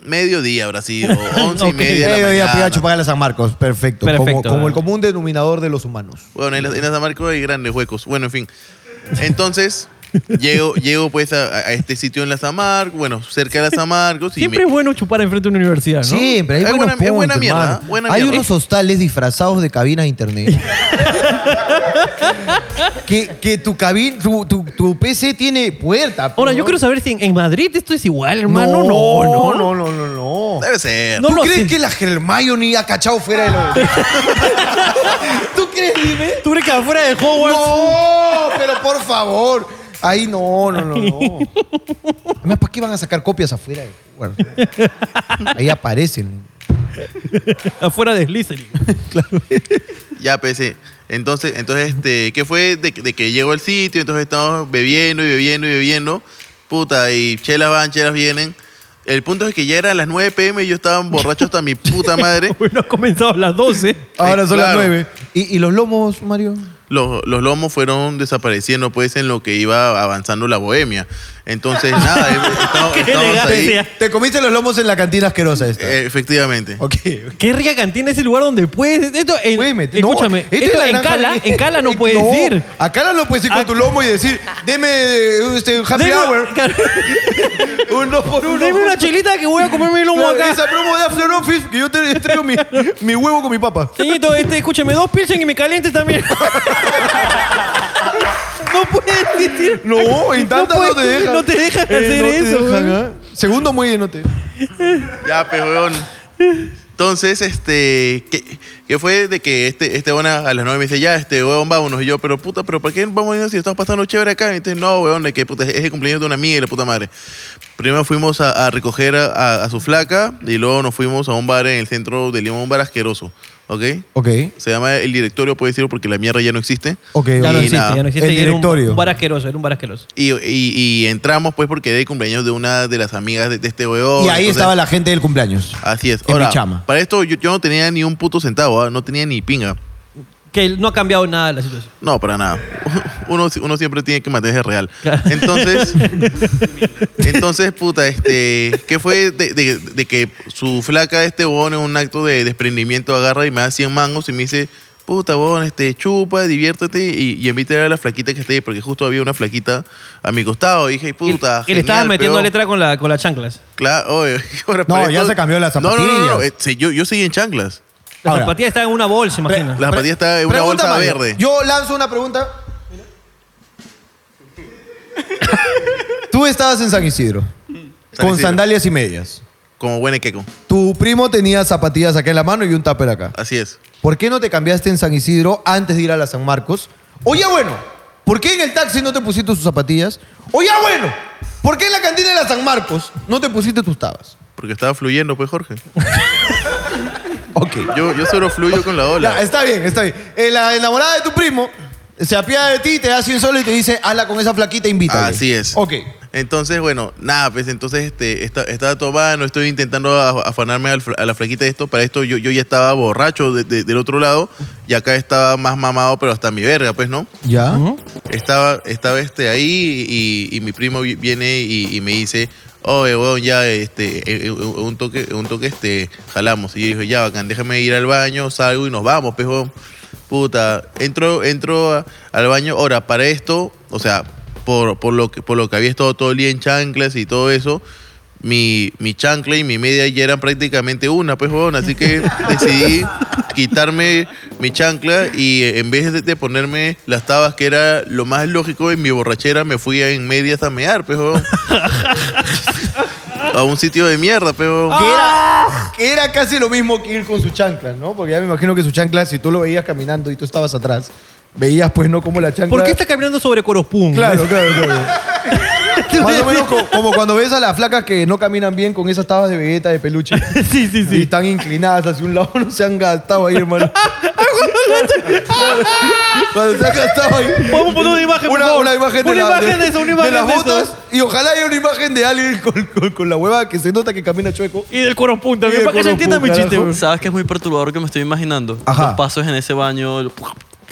Speaker 7: mediodía habrá sido, once y
Speaker 4: Ok.
Speaker 7: media de la
Speaker 3: Mediodía fui Eh, a
Speaker 7: mañana.
Speaker 3: chupar a San Marcos. Perfecto.
Speaker 4: Perfecto.
Speaker 3: Como, como el común denominador de los humanos.
Speaker 7: Bueno, en la, en la San Marcos hay grandes huecos. Bueno, en fin. Entonces, llego, llego pues a, a este sitio en la San Marcos, bueno, cerca de la San Marcos. y
Speaker 4: Siempre
Speaker 7: me-
Speaker 4: es bueno chupar enfrente de una universidad, ¿no?
Speaker 3: Siempre, hay
Speaker 7: Es
Speaker 3: buenos
Speaker 7: buena- es buena
Speaker 3: puntos,
Speaker 7: mierda,
Speaker 3: hermano.
Speaker 7: ¿eh? Buena
Speaker 3: Hay
Speaker 7: mierda.
Speaker 3: unos hostales disfrazados de cabinas de internet. que, que tu cabin, tu, tu- tu PC tiene puerta.
Speaker 4: Ahora,
Speaker 3: ¿no?
Speaker 4: yo quiero saber si en, en Madrid esto es igual, hermano. No, no,
Speaker 3: no, no, no, no, no.
Speaker 7: Debe ser.
Speaker 4: No
Speaker 3: ¿Tú
Speaker 4: lo
Speaker 3: crees
Speaker 4: sé.
Speaker 3: que la Hermione ha cachado fuera de lo... ¿Tú crees, dime?
Speaker 4: ¿Tú crees que afuera de Hogwarts?
Speaker 3: No, pero por favor. Ahí no, no, no, no. Además, ¿para qué van a sacar copias afuera? de Hogwarts? ahí aparecen.
Speaker 4: Afuera de Slytherin.
Speaker 7: Ya, pues, eh, Entonces, entonces este, ¿qué fue? De, que- de que llegó al sitio, entonces estamos bebiendo y bebiendo y bebiendo. Puta, y chelas van, chelas vienen. El punto es que ya eran las 9 pm y yo estaba borracho hasta mi puta madre.
Speaker 4: Bueno, ha comenzado a las 12.
Speaker 9: Ahora son
Speaker 7: claro.
Speaker 9: las nueve. ¿Y, y los lomos, Mario?
Speaker 7: los, los lomos fueron desapareciendo pues en lo que iba avanzando la bohemia. Entonces, nada, eh, estamos-
Speaker 4: Qué
Speaker 7: estamos ahí.
Speaker 4: elegancia.
Speaker 8: Te comiste los lomos en la cantina asquerosa esta.
Speaker 7: Eh, Efectivamente.
Speaker 8: Ok.
Speaker 4: Qué rica cantina es el lugar donde puedes. Esto, en-
Speaker 8: Güey, me- no,
Speaker 4: escúchame,
Speaker 8: esto es
Speaker 4: esto
Speaker 8: la
Speaker 4: en
Speaker 8: granja
Speaker 4: Cala,
Speaker 8: de-
Speaker 4: en Cala no puedes ir.
Speaker 8: A Cala no puedes ir con tu lomo y decir, deme eh, este, happy
Speaker 4: Deme-
Speaker 8: hour. Uno por uno.
Speaker 4: Deme una chelita que voy a comer mi lomo
Speaker 8: Claro,
Speaker 4: acá.
Speaker 8: Esa promo de After Office que yo te yo traigo mi, mi huevo con mi papa.
Speaker 4: Señorito, este, escúchame, dos pilsen y me caliente también. no puedes decir.
Speaker 8: No, en tantas no,
Speaker 4: puedes-
Speaker 8: te dejan.
Speaker 4: no te dejan
Speaker 8: Eh,
Speaker 4: hacer
Speaker 8: no te
Speaker 4: eso,
Speaker 8: dejan,
Speaker 4: güey.
Speaker 8: ¿ah? Segundo muelle no te.
Speaker 7: Ya, pues, weón. Entonces, este, ¿qué, qué fue de que este, este weón a a las 9 me dice, ya, este, weón, vámonos? Y yo, pero puta, pero ¿para qué vamos a ir si estamos pasando chévere acá? Y entonces, no, weón, de que puta, es el cumpleaños de una amiga y la puta madre. Primero fuimos a, a recoger a, a- a su flaca y luego nos fuimos a un bar en el centro de Lima, un bar asqueroso, ¿ok?
Speaker 8: Ok,
Speaker 7: Se llama El Directorio, puedo decirlo, porque la mierda ya no existe.
Speaker 8: ok.
Speaker 4: Ya no
Speaker 7: Y
Speaker 4: existe,
Speaker 7: nada.
Speaker 4: ya no existe.
Speaker 8: El
Speaker 4: y era un-
Speaker 8: directorio.
Speaker 4: Un, bar asqueroso, era un bar asqueroso.
Speaker 7: Y, y- y entramos pues porque era el cumpleaños de una de las amigas de, de este
Speaker 3: Oh,
Speaker 7: weón.
Speaker 8: Y ahí
Speaker 7: Entonces,
Speaker 8: estaba la gente del cumpleaños.
Speaker 7: Así es.
Speaker 8: En
Speaker 7: Ahora,
Speaker 8: Pachama.
Speaker 7: para esto yo, yo no tenía ni un puto centavo, ¿ah? no tenía ni pinga.
Speaker 4: Que no ha cambiado nada la situación.
Speaker 7: No, para nada. Uno, uno siempre tiene que mantenerse real. Entonces, entonces, puta, este, ¿qué fue de, de- de que su flaca de este huevón en un acto de desprendimiento agarra y me da 100 mangos y me dice, puta, huevón, este, chupa, diviértete y, y invítale a la flaquita que esté ahí, porque justo había una flaquita a mi costado. Y dije, puta,
Speaker 4: y le estabas
Speaker 7: genial,
Speaker 4: metiendo
Speaker 7: pero-
Speaker 4: letra con, la, con las chanclas.
Speaker 7: Claro, oye, ahora
Speaker 8: No,
Speaker 7: para
Speaker 8: ya se cambió las
Speaker 7: No, No, no, no,
Speaker 8: zapatillas.
Speaker 7: eh, sí, yo, yo seguí en chanclas.
Speaker 4: La
Speaker 8: Ahora.
Speaker 4: zapatilla está en una bolsa, imagina.
Speaker 7: La zapatilla está en una
Speaker 8: Pregunta,
Speaker 7: bolsa
Speaker 8: Mario.
Speaker 7: verde.
Speaker 8: Yo lanzo una pregunta. Tú estabas en San Isidro, con
Speaker 7: Isidro.
Speaker 8: sandalias y medias.
Speaker 7: Como buen equeco.
Speaker 8: Tu primo tenía zapatillas acá en la mano y un tupper acá.
Speaker 7: Así es.
Speaker 8: ¿Por qué no te cambiaste en San Isidro antes de ir a la San Marcos? Oye, bueno, ¿por qué en el taxi no te pusiste tus zapatillas? Oye, bueno, ¿por qué en la cantina de la San Marcos no te pusiste tus tabas?
Speaker 7: Porque estaba fluyendo, pues, Jorge.
Speaker 8: Ok.
Speaker 7: Yo, yo solo fluyo con la
Speaker 8: Ya,
Speaker 7: ola.
Speaker 8: está bien, está bien. Eh, la enamorada de tu primo se apiada de ti, te da 100 soles y te dice, hazla con esa flaquita, invítale.
Speaker 7: Así es.
Speaker 8: Ok.
Speaker 7: Entonces, bueno, nada, pues entonces este, esta- estaba tomada, no estoy intentando a- afanarme al fla- a la flaquita de esto. Para esto yo, yo ya estaba borracho de- de- del otro lado y acá estaba más mamado, pero hasta mi verga, pues, ¿no?
Speaker 8: ¿Ya?
Speaker 7: Estaba, estaba este ahí y, y mi primo vi- viene y, y me dice, oye, weón, ya, este, eh, eh, un toque, un toque, este, jalamos. Y yo dije, ya, bacán, déjame ir al baño, salgo y nos vamos, pejo. Puta, entro, entro a- al baño. Ahora, para esto, o sea, por, por, lo que, por lo que había estado todo el día en chanclas y todo eso, mi, mi chancla y mi media ya eran prácticamente una, pues, huevón. Así que decidí quitarme mi chancla y eh, en vez de, de ponerme las tabas, que era lo más lógico en mi borrachera, me fui en medias a mear, pues, huevón. A un sitio de mierda, pues, huevón.
Speaker 8: Que era, que era casi lo mismo que ir con su chancla, ¿no? Porque ya me imagino que su chancla, si tú lo veías caminando y tú estabas atrás, veías pues no como la chancla...
Speaker 4: ¿Por qué está caminando sobre Corospum?
Speaker 8: Claro, claro, claro. Más o menos co- como cuando ves a las flacas que no caminan bien con esas tabas de vegeta de peluche.
Speaker 4: Sí, sí,
Speaker 8: Y
Speaker 4: sí.
Speaker 8: están inclinadas hacia un lado, no se han gastado ahí, hermano. Cuando se han gastado ahí.
Speaker 4: Vamos a poner una imagen, por
Speaker 8: Una,
Speaker 4: favor.
Speaker 8: una imagen, de,
Speaker 4: Una
Speaker 8: la-
Speaker 4: imagen de eso, una imagen
Speaker 8: de las
Speaker 4: de eso.
Speaker 8: botas y ojalá haya una imagen de alguien con, con- con la hueva que se nota que camina chueco.
Speaker 4: Y del Corospum también,
Speaker 8: Y del
Speaker 4: para que se
Speaker 8: Corospum,
Speaker 4: entienda mi chiste,
Speaker 8: carajo.
Speaker 4: weón.
Speaker 10: ¿Sabes que es muy perturbador que me estoy imaginando?
Speaker 8: Ajá.
Speaker 10: Los pasos en ese baño. el-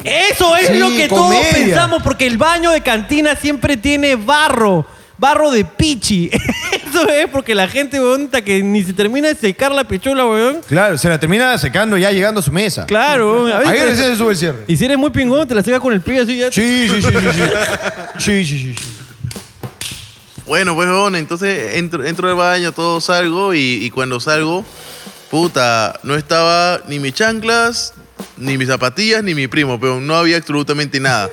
Speaker 4: Eso es
Speaker 8: Sí,
Speaker 4: lo que
Speaker 8: comedia.
Speaker 4: todos pensamos, porque el baño de cantina siempre tiene barro. Barro de pichi. Eso es porque la gente, weón, hasta que ni se termina de secar la pichula, weón.
Speaker 8: Claro, se la termina secando ya llegando a su mesa.
Speaker 4: Claro, weón. A
Speaker 8: Ahí
Speaker 4: veces-
Speaker 8: recién se sube el cierre.
Speaker 4: Y si eres muy pingón, te la secas con el pie así ya.
Speaker 8: Sí, sí, sí, sí. Sí, sí, sí. sí, sí.
Speaker 7: Bueno, pues, huevón, entonces entro, entro al baño, todo salgo y, y cuando salgo, puta, no estaba ni mis chanclas, ni mis zapatillas, ni mi primo, pero no había absolutamente nada.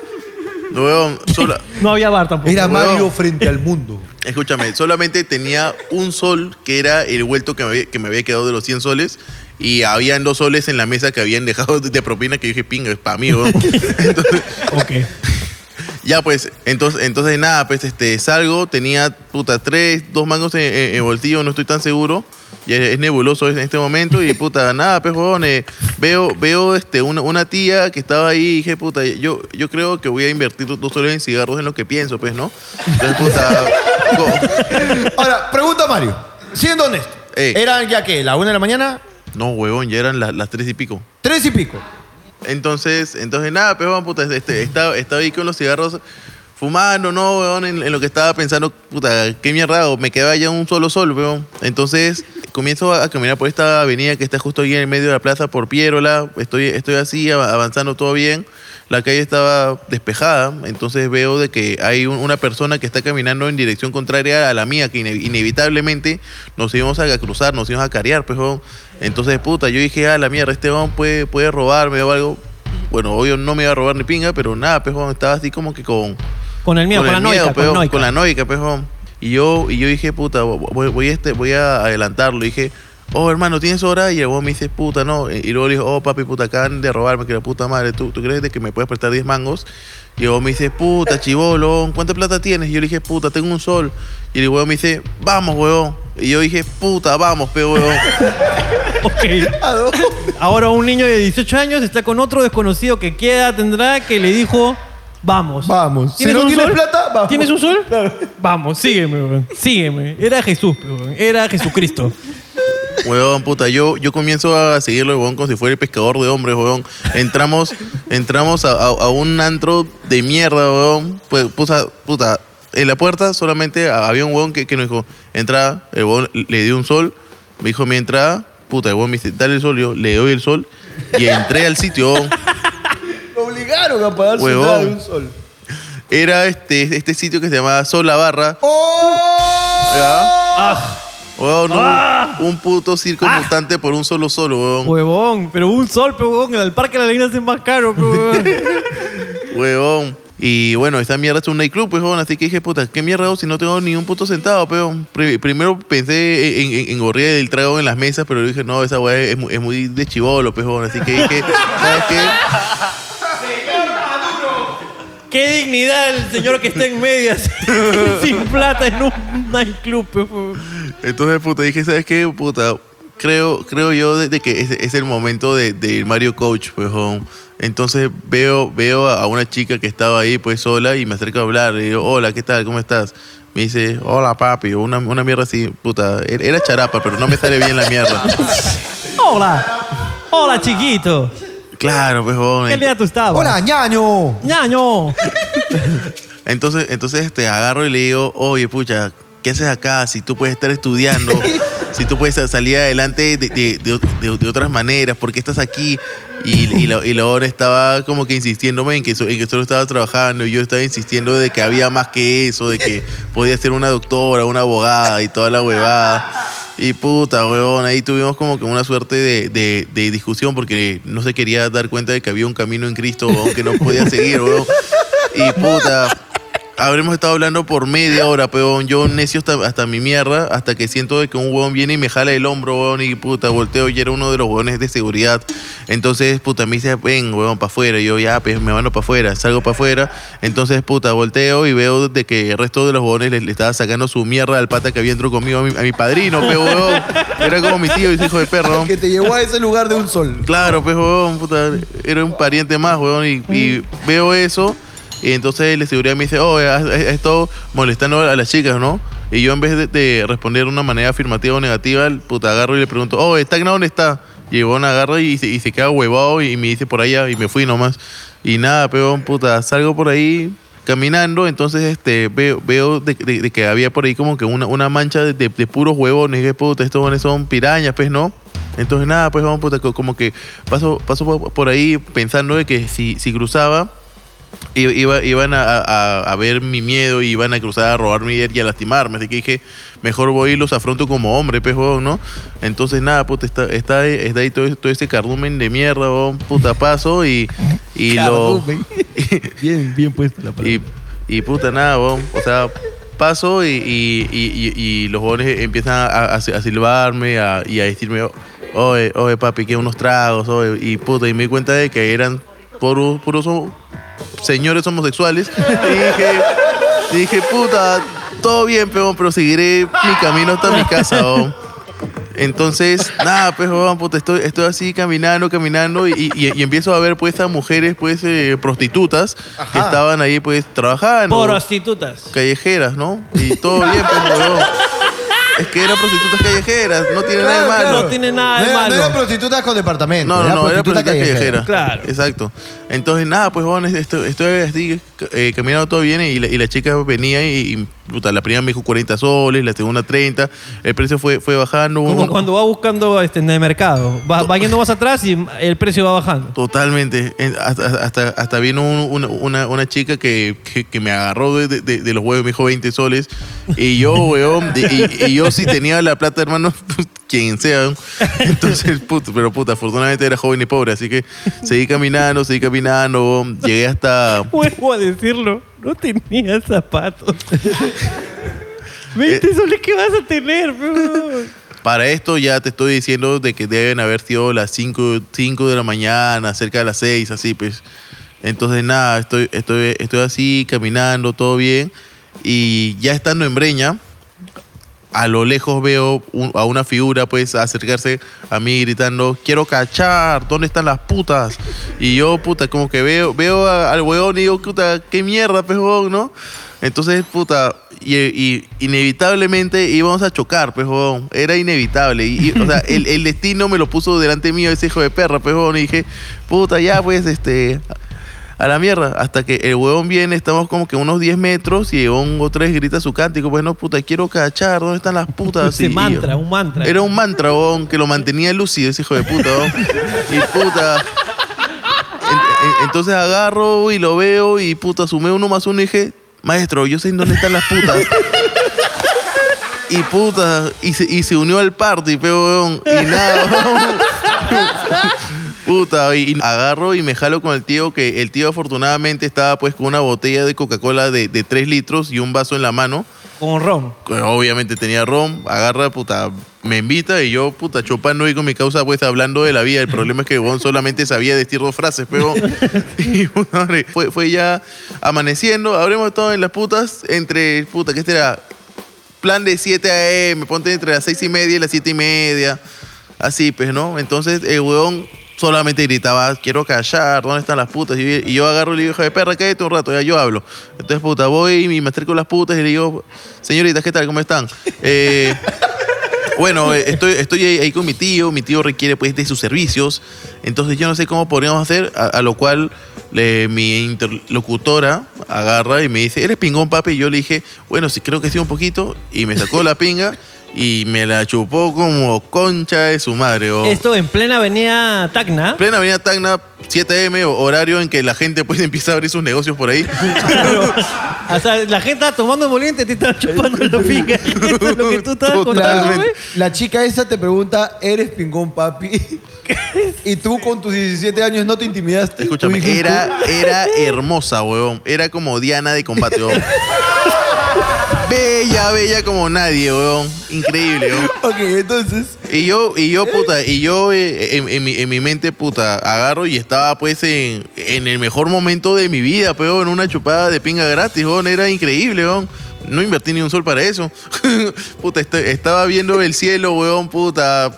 Speaker 7: Huevón, sola-
Speaker 4: No había bar tampoco.
Speaker 8: Era
Speaker 7: Huevón.
Speaker 8: Mario frente al mundo.
Speaker 7: escúchame, solamente tenía un sol que era el vuelto que me había, que me había quedado de los 100 soles. Y habían dos soles en la mesa que habían dejado de, de propina que yo dije, pinga, es para mí, huevón. Entonces,
Speaker 4: Ok.
Speaker 7: Ya, pues, entonces, entonces nada, pues este, salgo, tenía puta tres, dos mangos en, en- en bolsillo, no estoy tan seguro. Y es, es nebuloso en este momento. Y puta, nada, pues, huevón, eh, veo, veo este, una, una tía que estaba ahí y dije, puta, yo, yo creo que voy a invertir dos soles en cigarros en lo que pienso, pues, ¿no? Entonces, puta. co-
Speaker 3: Ahora, pregunta a Mario. Siendo honesto,
Speaker 7: Ey.
Speaker 3: ¿eran ya qué? ¿La una de la mañana?
Speaker 7: no, huevón, ya eran las, las tres y pico.
Speaker 3: Tres y pico.
Speaker 7: Entonces, entonces nada, pero weón, puta, este, estaba, estaba ahí con los cigarros fumando, no, weón, en, en lo que estaba pensando, puta, qué mierda, hago? me quedaba ya un solo sol, weón. Entonces, comienzo a, a caminar por esta avenida que está justo ahí en el medio de la plaza, por Pierola, estoy, estoy así, av- avanzando todo bien. La calle estaba despejada, entonces veo de que hay un- una persona que está caminando en dirección contraria a la mía, que ine- inevitablemente nos íbamos a cruzar, nos íbamos a carear, pues, weón. Entonces, puta, yo dije, ah, la mierda, este weón puede, puede robarme o algo. Bueno, obvio no me iba a robar ni pinga, pero nada, pues, weón, estaba así como que con,
Speaker 4: Con el miedo, con,
Speaker 7: el
Speaker 4: la noica,
Speaker 7: miedo,
Speaker 4: con
Speaker 7: peón,
Speaker 4: la noica.
Speaker 7: con la noica, peón. Y yo, y yo dije, puta, voy, voy, a este, voy a adelantarlo. Y dije, oh, hermano, ¿tienes hora? Y el huevón me dice, puta, no. Y luego le dije, oh, papi, puta, acaban de robarme, que la puta madre. ¿Tú, tú crees de que me puedes prestar 10 mangos? Y el huevón me dice, puta, chibolón, ¿cuánta plata tienes? Y yo le dije, puta, tengo un sol. Y el huevón me dice, vamos, huevón. Y yo dije, puta, vamos, pe, huevón.
Speaker 4: Ok. Ahora un niño de 18 años está con otro desconocido que queda, tendrá, que le dijo, vamos.
Speaker 3: Vamos. Si no
Speaker 4: un
Speaker 3: tienes plata, vamos.
Speaker 4: ¿Tienes un sol? Vamos, sígueme, weón. Sígueme. Era Jesús, weón. Era Jesucristo.
Speaker 7: Huevón, puta, yo, yo comienzo a seguirlo, huevón, como si fuera el pescador de hombres, huevón. Entramos, entramos a, a- a un antro de mierda, huevón. Pues, puta, puta, en la puerta solamente a- había un huevón que, que nos dijo, entra, el huevón le dio un sol, me dijo mi entrada, puta, el huevón me dice, dale el sol, yo le doy el sol y entré al sitio, huevón.
Speaker 3: Lo obligaron a pagar
Speaker 7: Huevón.
Speaker 3: nada sol.
Speaker 7: Era este, este sitio que se llamaba Sol La Barra. ¿Ya? Huevón, no, un puto circo mutante por un solo sol, huevón.
Speaker 4: Huevón, pero un sol, pero huevón, en el parque de la leyenda es más caro, pero, huevón.
Speaker 7: Huevón. Y bueno, esta mierda es un nightclub, pues, huevón. Así que dije, puta, ¿qué mierda hago si no tengo ni un puto centavo, peón? Pri- primero pensé en, en, en gorrear el trago en las mesas, pero dije, no, esa weá es, mu- es muy de chivolo, pues, huevón. Así que dije, ¿sabes qué?
Speaker 4: Qué dignidad el señor que está en medias sin plata en un nightclub, pero, huevón.
Speaker 7: Entonces, puta, dije, ¿sabes qué, puta? Creo, creo yo de, de que es, es el momento de, de Mario Coach, pues, huevón. Entonces veo, veo a una chica que estaba ahí, pues, sola y me acerco a hablar. Le digo, hola, ¿qué tal? ¿Cómo estás? Me dice, hola, papi. Una, una mierda así, puta. Era era charapa, pero no me sale bien la mierda.
Speaker 4: Hola. Hola, chiquito.
Speaker 7: Claro, pues,
Speaker 4: ¿Qué
Speaker 7: joven.
Speaker 4: le tú estabas?
Speaker 3: Hola, ñaño.
Speaker 4: Ñaño.
Speaker 7: Entonces, entonces este, agarro y le digo, oye, pucha, ¿qué haces acá? Si tú puedes estar estudiando, si tú puedes salir adelante de, de- de- de- de otras maneras, ¿por qué estás aquí? Y, y la, y la otra estaba como que insistiéndome en que, so- en que solo estaba trabajando y yo estaba insistiendo de que había más que eso, de que podía ser una doctora, una abogada y toda la huevada. Y puta, huevón, ahí tuvimos como que una suerte de, de- de discusión porque no se quería dar cuenta de que había un camino en Cristo, huevón, que no podía seguir, huevón. Y puta, habremos estado hablando por media hora, peón. Yo necio hasta, hasta mi mierda, hasta que siento de que un huevón viene y me jala el hombro, huevón, y puta, volteo y era uno de los huevones de seguridad. Entonces, puta, me dice, ven, huevón, para afuera. Y yo, ya, pues me mando para afuera, salgo para afuera. Entonces, puta, volteo y veo de que el resto de los huevones le, le estaba sacando su mierda al pata que había entrado conmigo, a mi, a mi padrino, pe, huevón. Era como mi tío y su hijo de perro.
Speaker 3: Que te llevó a ese lugar de un sol.
Speaker 7: Claro, pues, huevón, puta, era un pariente más, huevón, y, y veo eso, y entonces la seguridad me dice, oh, has, has estado molestando a las chicas, ¿no? Y yo en vez de, de responder de una manera afirmativa o negativa, el puta, agarro y le pregunto, oh, ¿está dónde está? Y el huevón agarra y se, y se queda huevado y me dice por allá, y me fui nomás. Y nada, peón, puta, salgo por ahí caminando, entonces este veo, veo de, de- de que había por ahí como que una, una mancha de, de- de puros huevones, que puta, estos huevones son pirañas, pues, ¿no? Entonces nada, pues vamos, puta, co- como que paso, paso po- por ahí pensando de que si, si cruzaba, i- iba, iban a, a- a ver mi miedo y iban a cruzar a robarme y a lastimarme. Así que dije, mejor voy y los afronto como hombre, pues, huevón, ¿no? Entonces nada, puta, está, está, ahí- está ahí todo, ese- todo ese cardumen de mierda, huevón, puta, paso y, y lo...
Speaker 3: Bien, bien puesta la
Speaker 7: Y, y puta, nada, weón. O sea, paso y, y- y- y- y los jóvenes empiezan a, a- a silbarme a- y a decirme, oye, oye, papi, que unos tragos, oye. Y puta, y me di cuenta de que eran puros, puros señores homosexuales. Y dije, dije, puta, todo bien, peón, pero seguiré mi camino hasta mi casa, weón. Entonces, nada, pues, weón, puta, estoy, estoy así caminando, caminando y, y- y empiezo a ver, pues, a mujeres, pues, eh, prostitutas que estaban ahí, pues, trabajando
Speaker 4: Prostitutas.
Speaker 7: callejeras, ¿no? Y todo bien, pues, huevón. Es que eran prostitutas callejeras, no tiene nada de malo.
Speaker 4: No tiene nada
Speaker 3: No,
Speaker 4: de
Speaker 3: era- no eran
Speaker 4: malo.
Speaker 3: prostitutas con departamento.
Speaker 7: No, no,
Speaker 3: eran
Speaker 7: no, era prostituta callejera.
Speaker 4: Claro.
Speaker 7: Exacto. Entonces, nada, pues, bueno, estoy, estoy así, eh, caminando todo bien y la, y la chica venía y, y, puta, la primera me dijo 40 soles, la segunda 30, el precio fue, fue bajando.
Speaker 4: Como
Speaker 7: uno-
Speaker 4: cuando va buscando este, en el mercado. Va, va yendo más atrás y el precio va bajando.
Speaker 7: Totalmente. En- Hasta, hasta, hasta vino un- una, una, una chica que, que, que me agarró de, de- de los huevos, me dijo 20 soles. Y yo, weón, de- y, y yo sí tenía la plata, hermano, quien sea. ¿no? Entonces, puto, pero puta, afortunadamente era joven y pobre, así que seguí caminando, seguí caminando, weón. llegué hasta...
Speaker 4: Vuelvo a decirlo, no tenía zapatos.
Speaker 7: Eh,
Speaker 4: 20 soles que vas a tener, bro.
Speaker 7: Para esto ya te estoy diciendo de que deben haber sido las 5 de la mañana, cerca de las 6, así pues. Entonces nada, estoy, estoy, estoy así, caminando, todo bien. Y ya estando en Breña, a lo lejos veo un- a una figura pues acercarse a mí gritando, quiero cachar, ¿dónde están las putas? Y yo, puta, como que veo, veo a- al huevón y digo, puta, qué mierda, pues, huevón, ¿no? Entonces, puta, y, y- inevitablemente íbamos a chocar, pues, huevón. Era inevitable. Y, y, o sea, el, el destino me lo puso delante mío ese hijo de perra, pues, huevón. Y dije, puta, ya, pues, este, a la mierda. Hasta que el huevón viene, estamos como que unos 10 metros y un o tres grita su cántico. Bueno, puta, quiero cachar, ¿dónde están las putas?
Speaker 4: Ese
Speaker 7: Y- y-
Speaker 4: mantra, un mantra.
Speaker 7: Era un mantra, huevón, que lo mantenía lúcido ese hijo de puta, huevón. Y puta. en- en- entonces agarro y lo veo y puta, sumé uno más uno y dije, maestro, yo sé dónde están las putas. Y puta, y se, y se unió al party, pero weón, y nada, weón. Puta, y, y agarro y me jalo con el tío, que el tío afortunadamente estaba pues con una botella de Coca-Cola de, de 3 litros y un vaso en la mano.
Speaker 4: Con ron.
Speaker 7: que Pues, Obviamente tenía ron, agarra, puta, me invita y yo, puta, chupando y con mi causa pues hablando de la vida. El problema es que weón solamente sabía decir dos frases, pero y, puta, madre, fue, fue ya amaneciendo, habremos estado en las putas entre, puta, que este era plan de 7 a.m., ponte entre las 6 y media y las 7 y media. Así, pues, ¿no? Entonces, el huevón solamente gritaba, quiero callar, ¿dónde están las putas? Y, y yo agarro y le digo, "Hijo de perra, cállate un rato, ya yo hablo. Entonces, puta, voy y me acerco a las putas y le digo, señoritas, ¿qué tal? ¿Cómo están? Eh, bueno, eh, estoy, estoy ahí, ahí con mi tío, mi tío requiere pues de sus servicios, entonces yo no sé cómo podríamos hacer, a, a lo cual le- mi interlocutora agarra y me dice, ¿eres pingón papi? Y yo le dije, bueno, sí creo que sí un poquito, y me sacó la pinga y me la chupó como concha de su madre. o-
Speaker 4: Esto en plena avenida Tacna.
Speaker 7: Plena avenida Tacna, 7M, o- horario en que la gente pues empieza a abrir sus negocios por ahí.
Speaker 4: Claro. O sea, la gente está tomando moliente, te están chupando la pinga. Eso es lo que tú estás contando,
Speaker 7: Totalmente.
Speaker 4: güey.
Speaker 3: La chica esa te pregunta, ¿eres pingón, papi? y tú con tus 17 años no te intimidaste.
Speaker 7: Escúchame,
Speaker 3: Tú dijiste,
Speaker 7: era, era hermosa, huevón. Era como Diana de combate, huevón. Bella, bella como nadie, huevón. Increíble, huevón.
Speaker 3: Ok, entonces.
Speaker 7: Y yo, y yo, puta, y yo eh, en, en mi, en mi mente, puta, agarro y estaba pues en, en el mejor momento de mi vida, pero en una chupada de pinga gratis, huevón. Era increíble, huevón. No invertí ni un sol para eso. puta, est- estaba viendo el cielo, huevón, puta.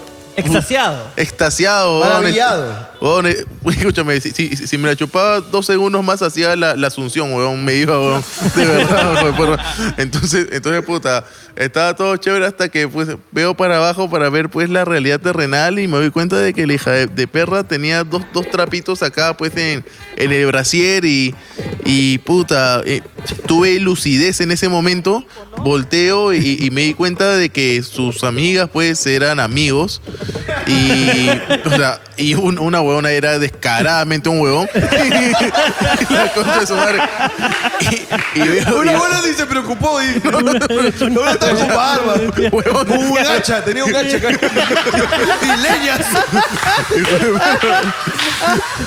Speaker 4: Extasiado.
Speaker 7: Extasiado, huevón.
Speaker 3: Maravillado.
Speaker 7: Huevón, eh, escúchame, si, si- si me la chupaba dos segundos más hacía la, la asunción, weón, me iba, weón. De verdad, weón, por- Entonces, entonces, puta, estaba todo chévere hasta que pues veo para abajo para ver pues la realidad terrenal y me doy cuenta de que la hija de, de perra tenía dos, dos trapitos acá pues en, en el brasier y, y puta, eh, tuve lucidez en ese momento, volteo y, y me di cuenta de que sus amigas pues eran amigos y, o sea, y un- una huevona era descaradamente un huevón. La concha de su madre. Y, y veo-
Speaker 3: Una
Speaker 7: y-
Speaker 3: buena ni se preocupó. Y, no, no, está con barba.
Speaker 7: Huevón.
Speaker 3: Un hacha, tenía un hacha. y leñas.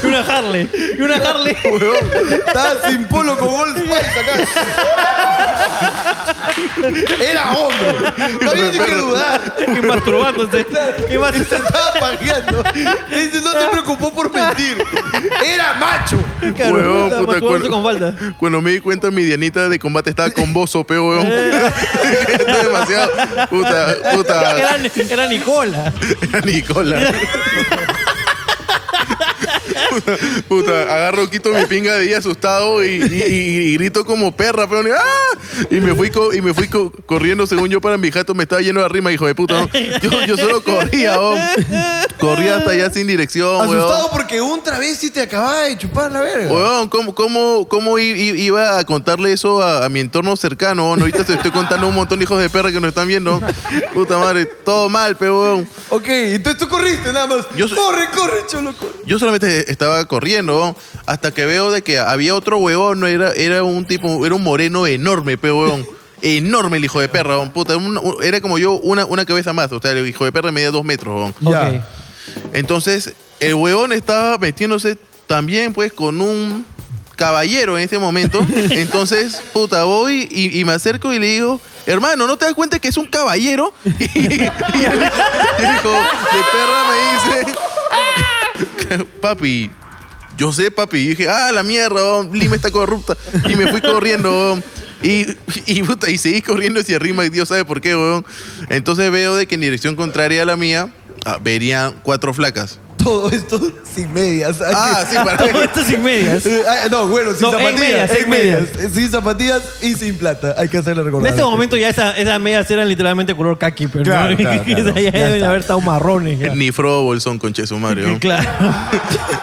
Speaker 4: Y una Harley. Y una Harley.
Speaker 3: Estaba sin polo con Old Spice acá. Era hombre. No había ni que dudar.
Speaker 4: Y masturbándose. ¿Qué más?
Speaker 3: estaba pariendo. Dice, no te preocupó por mentir. Era macho.
Speaker 4: Claro,
Speaker 7: Huevón,
Speaker 4: puta,
Speaker 7: puta,
Speaker 4: masturbarse
Speaker 7: cuando-
Speaker 4: con falta.
Speaker 7: Cuando me di cuenta, mi Dianita de combate estaba con vos, sope, huevón. Está demasiado. Puta, puta.
Speaker 4: Era, era Nicola.
Speaker 7: Era Nicola. Puta, puta, agarro, quito mi pinga de ella asustado y, y- y- y grito como perra, pero ¡ah! Y me fui, co- y me fui co- corriendo, según yo, para mi jato, me estaba lleno de rima, hijo de puta. ¿no? Yo, yo solo corría, huevón. corría hasta allá sin dirección, huevón.
Speaker 3: Asustado porque un travesti te acababa de chupar la verga.
Speaker 7: Weón, ¿cómo, cómo, cómo i- i- iba a contarle eso a, a mi entorno cercano? weón? Ahorita te estoy contando un montón de hijos de perra que nos están viendo. Puta madre, todo mal, pero weón.
Speaker 3: Ok, entonces tú corriste nada más.
Speaker 7: Yo soy-
Speaker 3: Corre, corre, cholo, corre.
Speaker 7: Yo solamente estaba corriendo, weón, hasta que veo de que había otro huevón, no era, era un tipo, era un moreno enorme, pero weón. Enorme el hijo de perra, weón. Puta, un- un- era como yo, una, una cabeza más. O sea, el hijo de perra medía dos metros, weón.
Speaker 4: Ya.
Speaker 7: Entonces, el huevón estaba metiéndose también, pues, con un caballero en este momento. Entonces, puta, voy y, y me acerco y le digo, hermano, ¿no te das cuenta que es un caballero? Y, y el, y el hijo de perra me dice, papi. Yo sé, papi. Y dije, ah, la mierda, weón, Lima está corrupta. Y me fui corriendo, weón. Y, y, puta, y seguí corriendo hacia arriba y Dios sabe por qué, weón. Entonces veo de que en dirección contraria a la mía, ah, verían cuatro flacas.
Speaker 3: Todo esto sin medias.
Speaker 7: Ah, sí, para
Speaker 4: Todo esto sin medias. En
Speaker 3: Ah, no, bueno, sin
Speaker 4: No, en
Speaker 3: zapatillas. Eh,
Speaker 4: medias, en
Speaker 3: Sin zapatillas y sin plata. Hay que hacerle recordar.
Speaker 4: este momento ya esa- esas medias eran literalmente color kaki, pero
Speaker 3: Claro,
Speaker 4: no,
Speaker 3: claro, claro.
Speaker 4: ya deben haber estado marrones. ya.
Speaker 7: Ni Frodo Bolsón con Che Sumario. weón.
Speaker 4: Claro.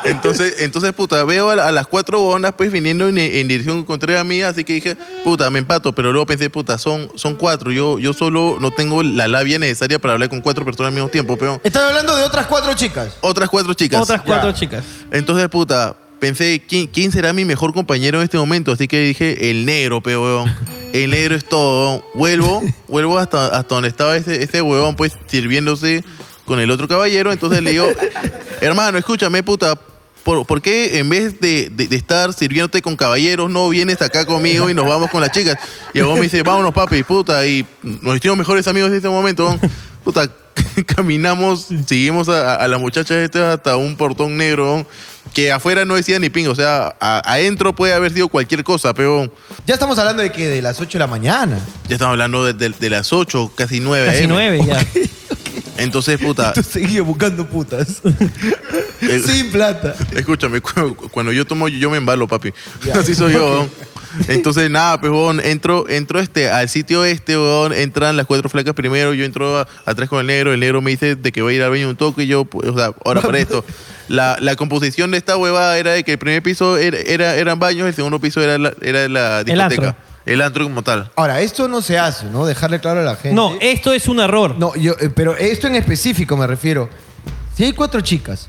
Speaker 7: Entonces, entonces, puta, veo a, la- a las cuatro bonas pues viniendo en, en dirección contraria a mí, así que dije, puta, me empato, pero luego pensé, puta, son, son cuatro, yo, yo solo no tengo la labia necesaria para hablar con cuatro personas al mismo tiempo, pero
Speaker 3: Estás hablando de otras cuatro chicas.
Speaker 7: otras cuatro chicas.
Speaker 4: Otras cuatro chicas.
Speaker 7: Entonces, puta, pensé, ¿quién, quién será mi mejor compañero en este momento? Así que dije, el negro, pe, weón. El negro es todo. weón. Vuelvo, vuelvo hasta, hasta donde estaba ese, ese huevón, pues, sirviéndose con el otro caballero. Entonces le digo, hermano, escúchame, puta. ¿Por, por qué en vez de, de- de estar sirviéndote con caballeros, no vienes acá conmigo y nos vamos con las chicas? Y el huevón me dice, vámonos, papi, puta. Y nos hicimos mejores amigos en este momento. weón. Puta, caminamos, seguimos a, a las muchachas estas hasta un portón negro, que afuera no decía ni pingo, o sea, a- adentro puede haber sido cualquier cosa, pero
Speaker 3: Ya estamos hablando de que de las 8 de la mañana.
Speaker 7: ya estamos hablando de, de- de las 8, casi 9.
Speaker 4: Casi nueve ya.
Speaker 7: Entonces, puta,
Speaker 3: Tú seguías buscando putas.
Speaker 7: eh,
Speaker 3: sin plata.
Speaker 7: escúchame, cu- cuando yo tomo, yo me embalo, papi. Así soy yo. weón. Entonces, nada, pues, weón, entro, entro este, al sitio este, weón, entran las cuatro flacas primero, yo entro a- atrás con el negro, el negro me dice de que voy a ir al baño un toque, y yo, pues, o sea, ahora para esto. La, la composición de esta huevada era de que el primer piso era, era- eran baños, el segundo piso era la, era la discoteca.
Speaker 4: antro.
Speaker 7: El antro como tal.
Speaker 3: Ahora, esto no se hace, ¿no? Dejarle claro a la gente.
Speaker 4: No, esto es un error.
Speaker 3: No, yo, eh, pero esto en específico me refiero. Si hay cuatro chicas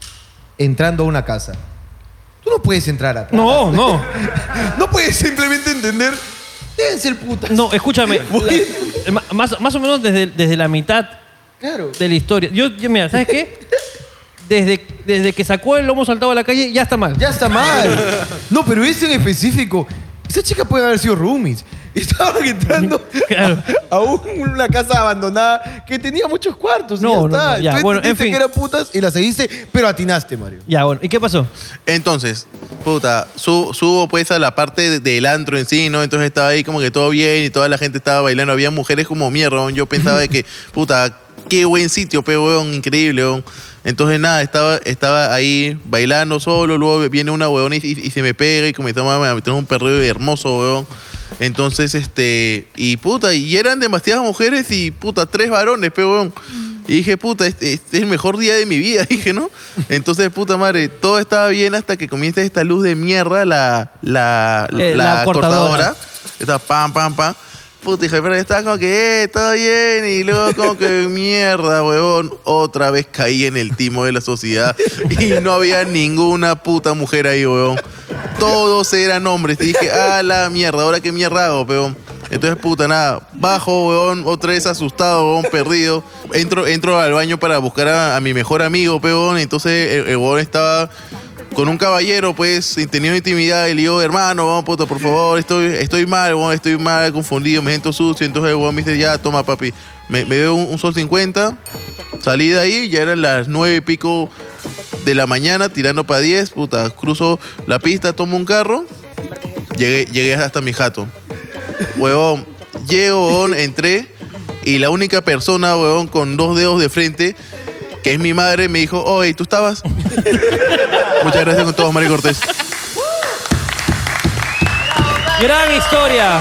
Speaker 3: entrando a una casa, tú no puedes entrar atrás.
Speaker 4: No, no.
Speaker 3: No puedes simplemente entender. Deben ser putas.
Speaker 4: No, escúchame.
Speaker 3: Voy-
Speaker 4: La- ma- más, más o menos desde, desde la mitad
Speaker 3: Claro.
Speaker 4: de la historia. Yo, yo, mira, ¿sabes qué? Desde, desde que sacó el lomo saltado a la calle, ya está mal.
Speaker 3: Ya está mal. No, pero esto en específico. Esas chicas pueden haber sido roomies. Estaban entrando
Speaker 4: Claro.
Speaker 3: a, a un- una casa abandonada que tenía muchos cuartos. y
Speaker 4: No,
Speaker 3: ya
Speaker 4: no,
Speaker 3: está.
Speaker 4: no, ya,
Speaker 3: Tú
Speaker 4: bueno, en
Speaker 3: entendiste
Speaker 4: fin.
Speaker 3: que eran putas y las seguiste, pero atinaste, Mario.
Speaker 4: Ya, bueno. ¿Y qué pasó?
Speaker 7: Entonces, puta, su- subo pues a la parte de- del antro en sí, ¿no? Entonces estaba ahí como que todo bien y toda la gente estaba bailando. Había mujeres como mierda, ¿no? Yo pensaba de que, puta, qué buen sitio, pe, weón, increíble, weón. Entonces nada, estaba, estaba ahí bailando solo, luego viene una weón y, y- y se me pega y comenzamos a meter un perreo hermoso, weón. Entonces, este, y puta, y eran demasiadas mujeres y puta, tres varones, pe, weón. Y dije, puta, este, este es el mejor día de mi vida, dije, ¿no? Entonces, puta madre, todo estaba bien hasta que comienza esta luz de mierda, la, la,
Speaker 4: Eh, la cortadora.
Speaker 7: Estaba pam, pam, pam. Puta, dije, pero estaba como que, eh, todo bien. Y luego como que, mierda, huevón. Otra vez caí en el timo de la sociedad. Y no había ninguna puta mujer ahí, huevón. Todos eran hombres. Y dije, ah, la mierda, ahora qué mierda hago, peón. Entonces, puta, nada. Bajo, huevón, otra vez asustado, huevón, perdido. Entro, entro al baño para buscar a, a mi mejor amigo, peón. Entonces, el, el huevón estaba con un caballero, pues, y teniendo intimidad, y le digo, hermano, vamos, puta, por favor, estoy, estoy mal, weón, estoy mal, confundido, me siento sucio. Entonces el weón me dice, ya, toma, papi. Me, me dio un, un sol 50, salí de ahí, ya eran las nueve y pico de la mañana, tirando para 10, puta, cruzo la pista, tomo un carro, llegué, llegué hasta mi jato. Huevón, llego, huevón, entré, y la única persona, huevón, con dos dedos de frente, que es mi madre, me dijo, oye, ¿tú estabas? Muchas gracias con todos, Mario Cortés.
Speaker 4: Gran historia.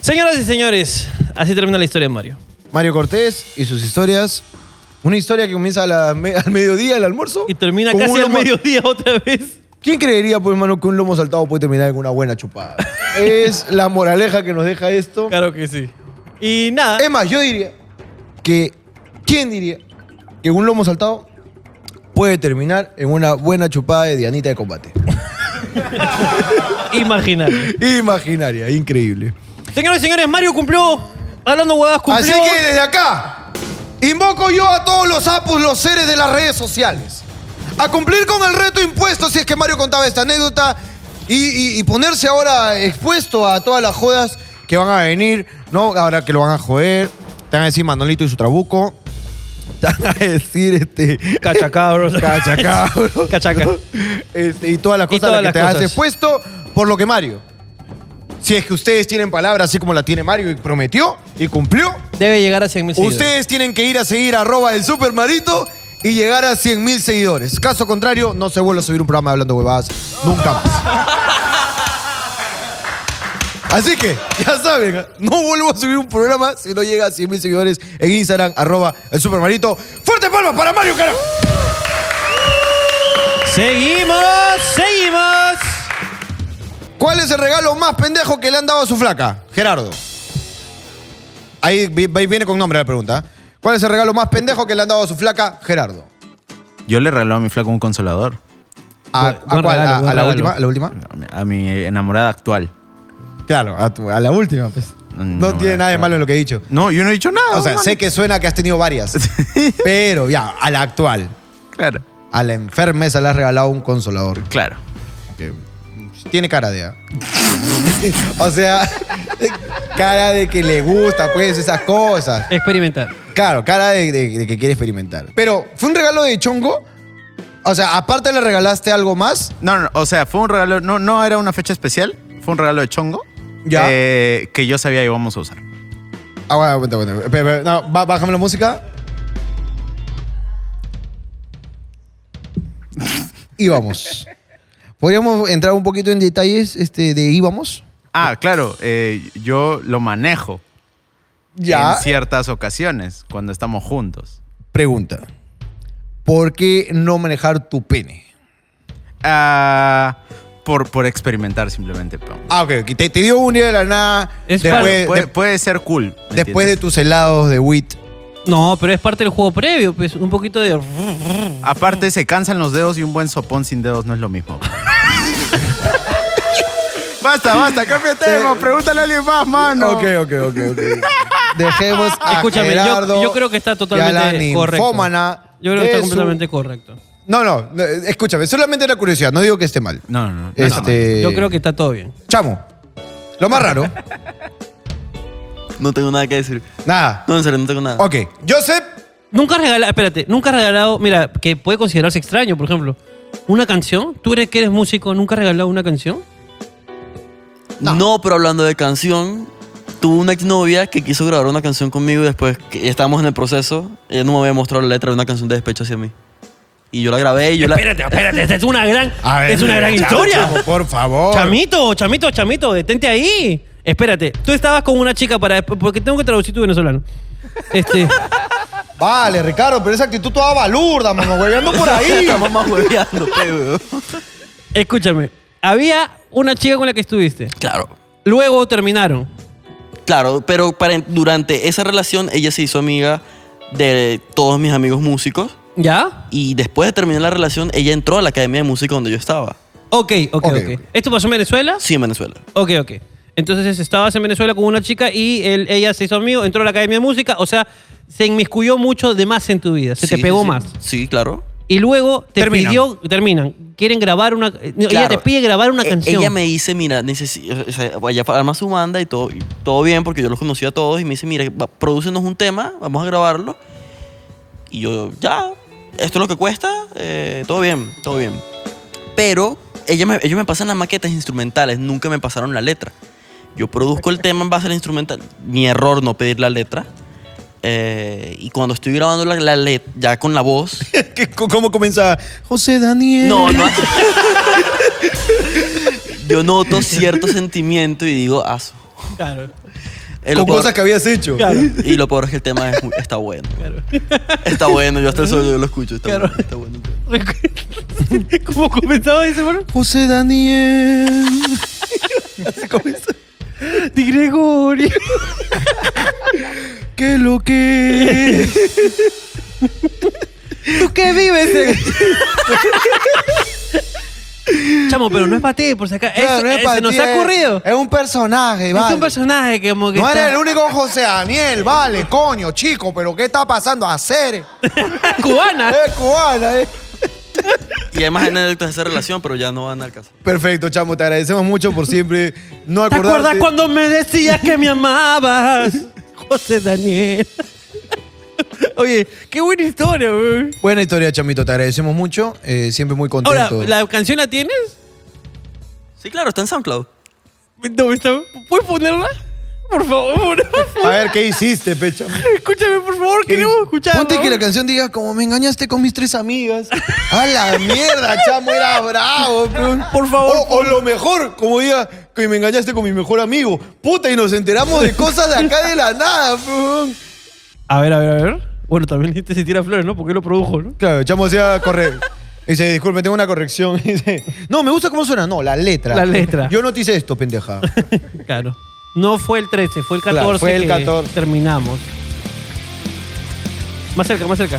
Speaker 4: Señoras y señores, así termina la historia de Mario.
Speaker 3: Mario Cortés y sus historias. Una historia que comienza a la me- al mediodía, el almuerzo.
Speaker 4: Y termina
Speaker 3: con un
Speaker 4: casi al
Speaker 3: lomo-
Speaker 4: mediodía otra vez.
Speaker 3: ¿Quién creería, pues, hermano, que un lomo saltado puede terminar con una buena chupada? es la moraleja que nos deja esto.
Speaker 4: Claro que sí. Y nada.
Speaker 3: Es más, yo diría que. ¿Quién diría que un lomo saltado puede terminar en una buena chupada de Dianita de combate?
Speaker 4: Imaginar.
Speaker 3: Imaginaria, increíble.
Speaker 4: Señoras y señores, Mario cumplió. Hablando huevadas cumplió.
Speaker 3: Así que desde acá, invoco yo a todos los sapos, los seres de las redes sociales, a cumplir con el reto impuesto, si es que Mario contaba esta anécdota, y, y- y ponerse ahora expuesto a todas las jodas que van a venir, ¿no? Ahora que lo van a joder, te van a decir Manolito y su trabuco, te van a decir este...
Speaker 4: Cachacabros.
Speaker 3: Cachacabros.
Speaker 4: Cachaca.
Speaker 3: ¿no? Este, y todas las
Speaker 4: Y
Speaker 3: cosas
Speaker 4: todas
Speaker 3: a las
Speaker 4: las
Speaker 3: que te
Speaker 4: cosas.
Speaker 3: has expuesto, por lo que Mario. Si es que ustedes tienen palabra así como la tiene Mario y prometió y cumplió,
Speaker 4: Debe llegar a 100 mil
Speaker 3: Ustedes tienen que ir a seguir arroba el supermarito y llegar a 100 mil seguidores. Caso contrario, no se vuelve a subir un programa de hablando huevadas nunca más. Así que, ya saben, no vuelvo a subir un programa si no llega a 100 mil seguidores en Instagram, arroba el supermarito. ¡Fuerte palmas para Mario, carajo!
Speaker 4: Seguimos, seguimos.
Speaker 3: ¿Cuál es el regalo más pendejo que le han dado a su flaca? Gerardo. Ahí, vi- ahí viene con nombre la pregunta. ¿eh? ¿Cuál es el regalo más pendejo que le han dado a su flaca? Gerardo.
Speaker 11: Yo le regalé a mi flaco un consolador.
Speaker 3: ¿A,
Speaker 4: Buen-
Speaker 3: a
Speaker 4: buen
Speaker 3: cuál?
Speaker 4: regalo,
Speaker 3: ¿A- a
Speaker 4: buen
Speaker 3: la
Speaker 4: regalo.
Speaker 3: última? ¿A la última?
Speaker 11: A mi enamorada actual.
Speaker 3: Claro, a, tu- a la última. pues.
Speaker 11: No,
Speaker 3: No,
Speaker 11: no,
Speaker 3: tiene
Speaker 11: no,
Speaker 3: nada de
Speaker 11: no.
Speaker 3: malo en lo que he dicho.
Speaker 11: No, yo no he dicho nada.
Speaker 3: O sea,
Speaker 11: mano.
Speaker 3: sé que suena que has tenido varias. pero ya, a la actual.
Speaker 11: Claro,
Speaker 3: A la enfermesa le has regalado un consolador.
Speaker 11: claro.
Speaker 3: Tiene cara de... ah. o sea, cara de que le gusta, pues, esas cosas.
Speaker 4: Experimentar.
Speaker 3: Claro, cara de, de- de que quiere experimentar. Pero, ¿fue un regalo de chongo? O sea, aparte le regalaste algo más.
Speaker 11: No, no, o sea, fue un regalo, no, no era una fecha especial, fue un regalo de chongo.
Speaker 3: Ya.
Speaker 11: eh, que yo sabía que íbamos a usar.
Speaker 3: Ah, bueno, aguanta, aguanta. Espera, espera, no, ba- bájame la música. Íbamos. ¿Podríamos entrar un poquito en detalles este, de íbamos?
Speaker 11: Ah, claro, eh, yo lo manejo
Speaker 3: Ya.
Speaker 11: en ciertas ocasiones, cuando estamos juntos.
Speaker 3: Pregunta. ¿Por qué no manejar tu pene?
Speaker 11: Ah, por, por experimentar simplemente. pero-
Speaker 3: Ah, ok, ok. Te, te dio un día de la nada.
Speaker 4: Es
Speaker 3: después
Speaker 11: puede,
Speaker 3: Eh, de-
Speaker 11: puede ser cool. ¿me
Speaker 3: después de
Speaker 11: entiendes?
Speaker 3: tus helados de wheat.
Speaker 4: No, pero es parte del juego previo, pues un poquito de.
Speaker 11: Aparte, se cansan los dedos y un buen sopón sin dedos no es lo mismo. basta, basta, cambia
Speaker 8: este,
Speaker 11: de tema. Pregúntale a alguien más, mano.
Speaker 3: Ok, ok, ok, ok. Dejemos a
Speaker 4: Escúchame, yo-
Speaker 3: Gerardo
Speaker 4: yo, creo que está
Speaker 3: y a la
Speaker 4: totalmente correcto.
Speaker 3: ninfómana
Speaker 4: Yo creo que
Speaker 3: de
Speaker 4: está
Speaker 3: su-
Speaker 4: completamente correcto.
Speaker 3: No, no, no, escúchame, solamente la curiosidad, no digo que esté mal.
Speaker 11: No, no, no. no,
Speaker 3: Este...
Speaker 4: Yo creo que está todo bien.
Speaker 3: Chamo, lo más raro,
Speaker 12: No tengo nada que decir.
Speaker 3: nada.
Speaker 12: No, en serio, no tengo nada.
Speaker 3: Ok, Joseph,
Speaker 4: Nunca has regalado, espérate, nunca has regalado, mira, que puede considerarse extraño, por ejemplo, una canción. ¿Tú eres que eres músico? ¿Nunca has regalado una canción?
Speaker 12: No. pero hablando de canción, tuve una exnovia que quiso grabar una canción conmigo y después que estábamos en el proceso, ella no me había mostrado la letra de una canción de despecho hacia mí. Y yo la grabé y yo la...
Speaker 4: Espérate, espérate, esta es una gran,
Speaker 3: A ver,
Speaker 4: es una gran
Speaker 3: chamo,
Speaker 4: historia.
Speaker 3: chamo, por favor.
Speaker 4: Chamito, chamito, chamito, detente ahí. Espérate, tú estabas con una chica para. Porque tengo que traducir tu venezolano. Este.
Speaker 3: vale, Ricardo, pero esa actitud toda balurda, mamá, hueveando por ahí.
Speaker 12: Mamá hueveando, pe, weón.
Speaker 4: Escúchame, había una chica con la que estuviste.
Speaker 12: Claro,
Speaker 4: Luego terminaron.
Speaker 12: claro, pero para- durante esa relación ella se hizo amiga de todos mis amigos músicos
Speaker 4: ¿Ya?
Speaker 12: y después de terminar la relación ella entró a la academia de música donde yo estaba.
Speaker 4: Ok, ok, ok.
Speaker 3: Ok.
Speaker 4: ¿Esto pasó en Venezuela?
Speaker 12: Sí, en Venezuela.
Speaker 4: Ok, ok. Entonces estabas en Venezuela con una chica y él- ella se hizo amigo, entró a la Academia de Música. O sea, se inmiscuyó mucho de más en tu vida. Se
Speaker 12: Sí,
Speaker 4: te pegó
Speaker 12: sí, sí.
Speaker 4: más.
Speaker 12: Sí, claro.
Speaker 4: Y luego te
Speaker 13: Terminan.
Speaker 4: pidió, terminan, quieren grabar una, eh, no, ella
Speaker 7: Claro.
Speaker 4: te pide grabar una
Speaker 7: E-
Speaker 4: canción.
Speaker 7: Ella me dice, mira, necesi- o sea, vaya para armar su banda y todo, y todo bien, porque yo los conocí a todos, y me dice, mira, va- prodúcenos un tema, vamos a grabarlo. Y yo, ya, esto es lo que cuesta, eh, todo bien, todo bien. Pero ella me- ellos me pasan las maquetas instrumentales, nunca me pasaron la letra. Yo produzco el tema en base al instrumental. Mi error no pedir la letra. Eh, y cuando estoy grabando la, letra, ya con la voz.
Speaker 8: ¿Qué- ¿Cómo comienza? José Daniel.
Speaker 7: No, no. Yo noto cierto sentimiento y digo, aso.
Speaker 4: Claro,
Speaker 7: Eh, lo
Speaker 8: Con
Speaker 7: peor-
Speaker 8: cosas que habías hecho.
Speaker 4: claro.
Speaker 7: Y lo peor es que el tema es muy- está bueno. Está bueno, yo hasta el solo yo lo escucho. Está bueno, está bueno.
Speaker 4: ¿Cómo comenzaba ese, bueno?
Speaker 8: José Daniel.
Speaker 4: Di Gregorio.
Speaker 8: ¿Qué es lo que es?
Speaker 4: ¿Tú qué vives? Chamo, pero no es para ti, por si acaso.
Speaker 8: Claro,
Speaker 4: Eso-
Speaker 8: no es
Speaker 4: eh,
Speaker 8: para
Speaker 4: se nos
Speaker 8: ti,
Speaker 4: ha
Speaker 8: es-
Speaker 4: ocurrido.
Speaker 8: Es un personaje, vale.
Speaker 4: Es un personaje que como que
Speaker 8: No
Speaker 4: está-
Speaker 8: eres el único José Daniel, vale, coño, chico, pero ¿qué está pasando? Hacer.
Speaker 4: cubana.
Speaker 8: Es cubana, eh.
Speaker 7: Y además hay anécdotas de esa relación, pero ya no van al caso.
Speaker 8: Perfecto, chamo, te agradecemos mucho por siempre no
Speaker 4: ¿Te
Speaker 8: acordarte.
Speaker 4: acuerdas cuando me decías que me amabas? José Daniel. Oye, qué buena historia, weón.
Speaker 8: Buena historia, chamito, te agradecemos mucho. eh, siempre muy
Speaker 4: Ahora,
Speaker 8: contento.
Speaker 4: ¿la canción la tienes?
Speaker 7: Sí, claro, está en SoundCloud.
Speaker 4: No, está- ¿Puedes ponerla? Por favor,
Speaker 8: A ver, ¿qué hiciste, pecha?
Speaker 4: escúchame, por favor, queremos escucharla.
Speaker 8: Ponte que la canción diga como me engañaste con mis tres amigas. A la mierda, chamo, era bravo. pe.
Speaker 4: Por favor,
Speaker 8: O, o lo mejor, como diga que me engañaste con mi mejor amigo. Puta, y nos enteramos de cosas de acá de la nada. pe.
Speaker 4: A ver, a ver, a ver. Bueno, también este se tira flores, ¿no? Porque él lo produjo, ¿no?
Speaker 8: Claro, el chamo decía corre. Dice, disculpe, tengo una corrección. Dice, no, me gusta cómo suena. No, la letra.
Speaker 4: La letra.
Speaker 8: Yo no te hice esto, pendeja.
Speaker 4: Claro. No fue el 13, fue el 14.
Speaker 8: Claro, fue el
Speaker 4: que
Speaker 8: 14.
Speaker 4: Terminamos. Más cerca, más cerca.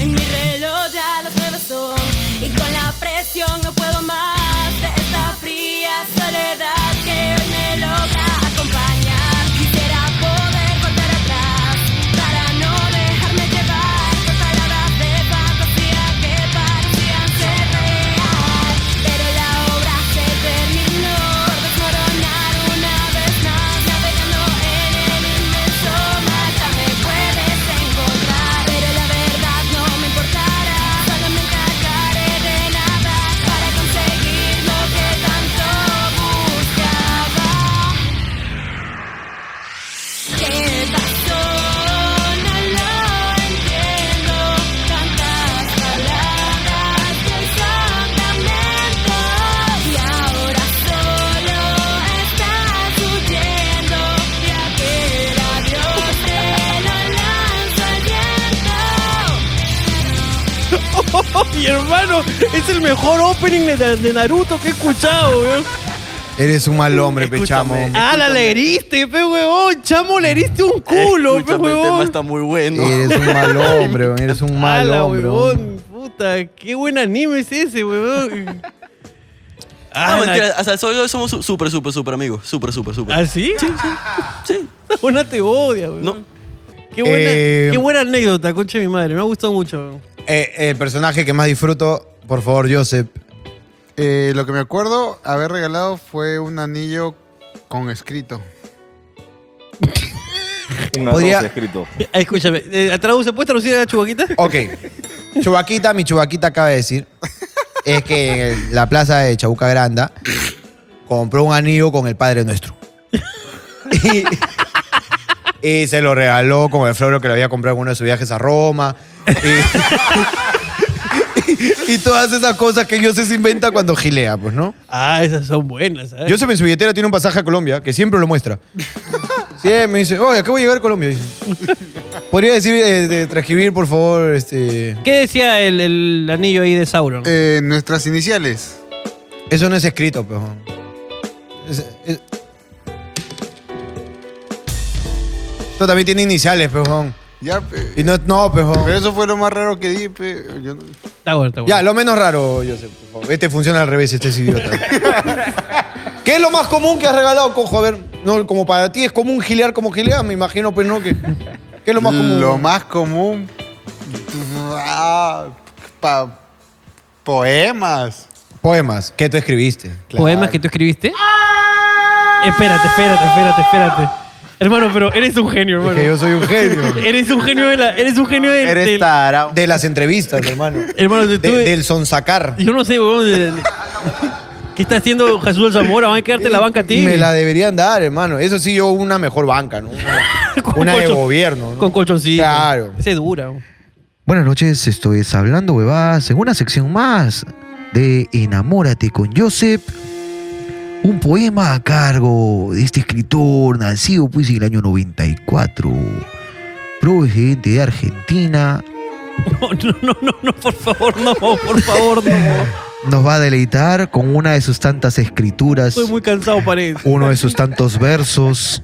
Speaker 5: En mi reloj ya las nueve son y con la presión no puedo más de esta fría soledad que hoy me logra acompañar. Quisiera poder voltar atrás para no dejarme llevar por palabras de fantasía que parecían ser real, pero la obra se terminó desmoronar una vez más navegando en el inmenso mar. Ya me puedes encontrar, pero la verdad no me importará. Solo me encargaré de nada para conseguir lo que tanto buscaba. ¿Qué pasó? No lo entiendo. Tantas palabras que hoy son lamentos. Y ahora solo estás huyendo. Y aquel adiós te lo lanza al viento.
Speaker 4: Mi hermano, es el mejor opening de, de Naruto que he escuchado, weón.
Speaker 8: Eres un mal hombre, pechamo.
Speaker 4: Ah, la le heriste, pe, weón. Chamo, le heriste un culo, pues, pe,
Speaker 7: Escúchame, el tema
Speaker 4: weón.
Speaker 7: está muy bueno.
Speaker 8: Eh,
Speaker 14: Eres un mal hombre, weón, eres un mal
Speaker 4: Ala,
Speaker 14: hombre. weón.
Speaker 4: weón. Puta, qué buen anime es ese, weón.
Speaker 7: Ah,
Speaker 4: Ala,
Speaker 7: mentira, hasta el solo yo somos su- súper, súper, súper amigos. Súper, súper, súper.
Speaker 4: ¿Ah, sí? Sí,
Speaker 7: Sí.
Speaker 4: Una te odia, weón.
Speaker 7: No.
Speaker 4: Qué buena,
Speaker 8: Eh,
Speaker 4: qué buena anécdota, concha de mi madre. Me ha gustado mucho, weón.
Speaker 8: Eh, el personaje que más disfruto, por favor, Joseph.
Speaker 15: Eh, lo que me acuerdo haber regalado fue un anillo con escrito.
Speaker 3: Una
Speaker 8: Podría-
Speaker 3: rosa escrito.
Speaker 4: Eh, Escúchame, eh, traduce, ¿puedes traducir a la chubaquita?
Speaker 8: Ok. Chubaquita, mi chubaquita acaba de decir, es que en la plaza de Chabuca Granda compró un anillo con el Padre Nuestro. Y, y se lo regaló con el floro que le había comprado en uno de sus viajes a Roma. Y, y todas esas cosas que Joseph se inventa cuando gilea, pues, ¿no?
Speaker 4: Ah, esas son buenas, ¿sabes?
Speaker 8: Joseph en su billetera tiene un pasaje a Colombia que siempre lo muestra. Siempre me dice, oye, acabo de llegar a Colombia. Dice. Podría decir, eh, de transcribir, por favor, este...
Speaker 4: ¿Qué decía el, el anillo ahí de Sauron?
Speaker 15: Eh, nuestras iniciales.
Speaker 8: Eso no es escrito, pero. Es- es- Esto también tiene iniciales, pejón. Ya, pe.
Speaker 3: Y no, no, pejo.
Speaker 8: Pero eso fue lo más raro que di, pe. Yo no-
Speaker 4: Está bueno, está bueno.
Speaker 3: Ya, lo menos raro, yo sé. Este funciona al revés, este es idiota. ¿Qué es lo más común que has regalado, cojo? A ver, no, como para ti es común gilear como gileas, me imagino, pues no, que. ¿Qué es lo más común?
Speaker 8: Lo más común. Ah, pa- poemas.
Speaker 3: Poemas, ¿qué tú escribiste?
Speaker 4: ¿Poemas que tú escribiste? Espérate, espérate, espérate, espérate. Hermano, pero eres un genio, hermano.
Speaker 3: Que yo soy un genio.
Speaker 4: Eres un genio de la. Eres un genio de.
Speaker 11: Eres
Speaker 4: del-
Speaker 11: tarao.
Speaker 3: De las entrevistas, hermano.
Speaker 4: hermano, de,
Speaker 3: De- del sonsacar.
Speaker 4: Yo no sé, weón. de- de- ¿Qué está haciendo Jesús del Zamora? ¿Van a quedarte en la banca a ti?
Speaker 3: Me la deberían dar, hermano. Eso sí, yo una mejor banca, ¿no? Una,
Speaker 4: Con
Speaker 3: una de
Speaker 4: colchon-
Speaker 3: gobierno. ¿no?
Speaker 4: Con colchoncito.
Speaker 3: Claro.
Speaker 4: Ese dura. weón.
Speaker 2: Buenas noches, esto es Hablando Huevadas en una sección más de Enamórate con Joseph. Un poema a cargo de este escritor nacido pues en el año 94, procedente de Argentina.
Speaker 4: No, no, no, no, no, por favor, no, por favor, no.
Speaker 2: Nos va a deleitar con una de sus tantas escrituras,
Speaker 4: Estoy muy cansado, pared.
Speaker 2: uno de sus tantos versos.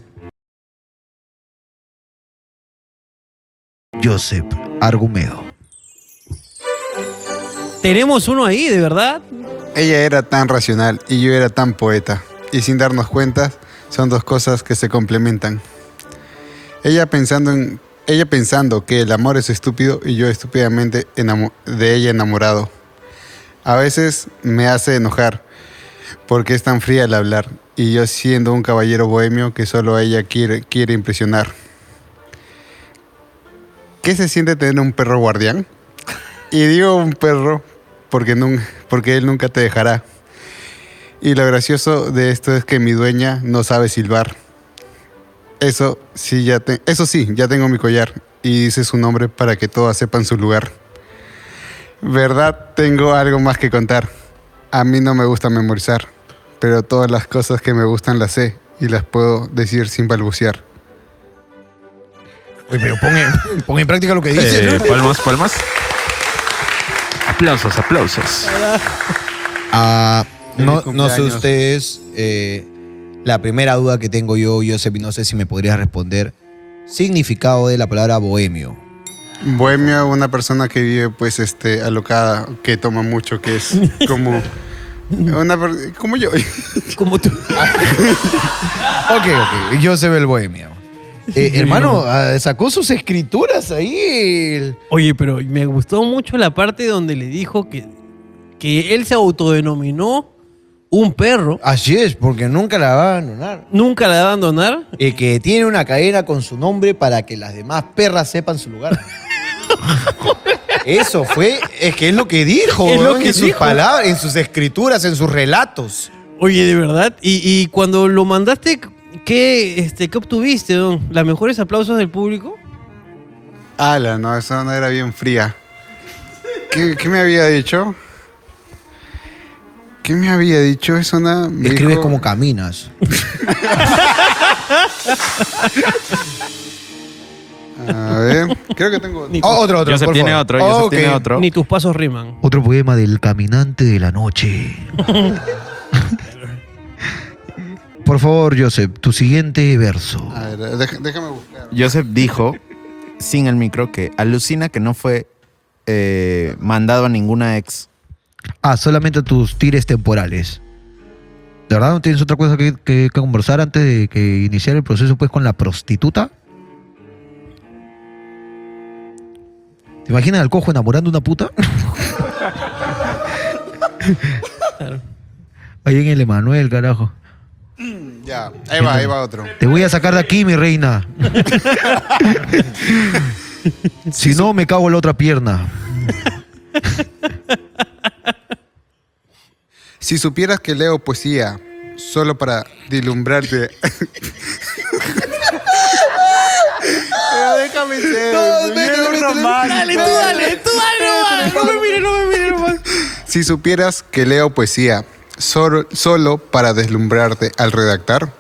Speaker 2: Joseph Argumedo.
Speaker 4: Tenemos uno ahí, de verdad.
Speaker 8: Ella era tan racional y yo era tan poeta. Y sin darnos cuenta, son dos cosas que se complementan. Ella pensando, en, ella pensando que el amor es estúpido y yo estúpidamente enamo- de ella enamorado. A veces me hace enojar porque es tan fría al hablar y yo siendo un caballero bohemio que solo a ella quiere, quiere impresionar. ¿Qué se siente tener un perro guardián? Y digo un perro porque, nun- porque él nunca te dejará. Y lo gracioso de esto es que mi dueña no sabe silbar. Eso sí, ya, te- eso sí, ya tengo mi collar y dice su nombre para que todas sepan su lugar. ¿Verdad? Tengo algo más que contar. A mí no me gusta memorizar, pero todas las cosas que me gustan las sé y las puedo decir sin balbucear.
Speaker 3: Oye, pero pon en, pon en práctica lo que dices. ¿no?
Speaker 16: Eh, palmas, palmas. Aplausos, aplausos.
Speaker 2: Ah,
Speaker 8: Feliz
Speaker 2: no, no sé
Speaker 8: cumpleaños.
Speaker 2: ustedes, eh, la primera duda que tengo yo, Joseph, y no sé si me podrías responder, significado de la palabra bohemio.
Speaker 8: Bohemio, una persona que vive, pues, este, alocada, que toma mucho, que es como. Una per- como yo.
Speaker 2: Eh,
Speaker 4: Como tú.
Speaker 2: Ok, ok, Joseph el bohemio. Eh, hermano, ah, sacó sus escrituras ahí. el-
Speaker 4: Oye, pero me gustó mucho la parte donde le dijo que, que él se autodenominó un perro.
Speaker 2: Así es, porque nunca la va a abandonar.
Speaker 4: Nunca la va a abandonar.
Speaker 2: Y que tiene una cadena con su nombre para que las demás perras sepan su lugar.
Speaker 3: Eso fue, es que es lo que dijo,
Speaker 4: Es lo
Speaker 3: weón,
Speaker 4: que
Speaker 3: en sus
Speaker 4: dijo.
Speaker 3: palabras, en sus escrituras, en sus relatos.
Speaker 4: Oye, de verdad. Y, y cuando lo mandaste, ¿qué, este, ¿qué obtuviste, don? ¿Las mejores aplausos del público?
Speaker 8: Ala, no, esa no era bien fría. ¿Qué, qué me había dicho? ¿Qué me había dicho? Eso nada. me
Speaker 2: Escribes
Speaker 8: dijo-
Speaker 2: como caminas.
Speaker 8: A ver, creo que tengo.
Speaker 4: Ni-
Speaker 3: Oh, otro, otro.
Speaker 16: Joseph
Speaker 3: por
Speaker 16: tiene
Speaker 3: favor.
Speaker 16: otro, Joseph
Speaker 3: Ok.
Speaker 16: tiene otro.
Speaker 4: Ni tus pasos riman.
Speaker 2: Otro poema del caminante de la noche. Por favor, Joseph, tu siguiente verso.
Speaker 8: A ver, eh, deja- déjame buscar.
Speaker 11: Joseph dijo, sin el micro, que alucina que no fue eh, mandado a ninguna ex.
Speaker 2: Ah, solamente tus tires temporales. ¿De verdad no tienes otra cosa que, que- que conversar antes de que iniciar el proceso pues con la prostituta? ¿Te imaginas al cojo enamorando a una puta? Ahí en el Emanuel, carajo.
Speaker 8: Ya, ahí va, ahí va otro.
Speaker 2: Te voy a sacar de aquí, mi reina. si no, me cago en la otra pierna.
Speaker 8: Si supieras que leo poesía solo para dilumbrarte. Pero déjame ser. No,
Speaker 4: Dale, tú dale, tú dale, no, me mires, no me mires, no
Speaker 8: Si supieras que leo poesía sor- solo para deslumbrarte al redactar,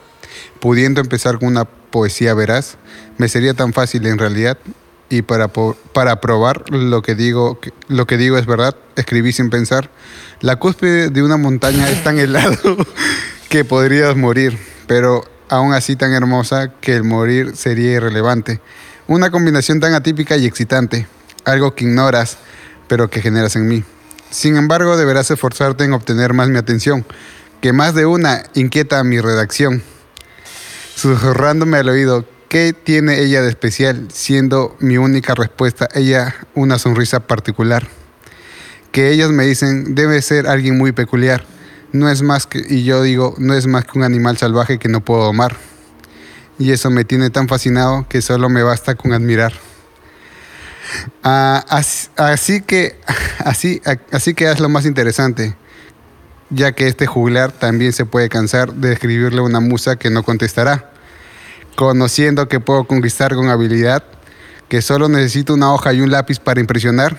Speaker 8: pudiendo empezar con una poesía veraz, me sería tan fácil en realidad. Y para, po- para probar lo que, digo, que- lo que digo es verdad, escribí sin pensar. La cúspide de una montaña es tan helado que podrías morir, pero aún así tan hermosa que el morir sería irrelevante. Una combinación tan atípica y excitante, algo que ignoras, pero que generas en mí. Sin embargo, deberás esforzarte en obtener más mi atención, que más de una inquieta a mi redacción. Susurrándome al oído, ¿qué tiene ella de especial? Siendo mi única respuesta, ella una sonrisa particular. Que ellos me dicen, debe ser alguien muy peculiar. No es más que, y yo digo, no es más que un animal salvaje que no puedo domar. Y eso me tiene tan fascinado que solo me basta con admirar. Ah, as- así, que, así, así que haz lo más interesante, ya que este juglar también se puede cansar de escribirle una musa que no contestará. Conociendo que puedo conquistar con habilidad, que solo necesito una hoja y un lápiz para impresionar.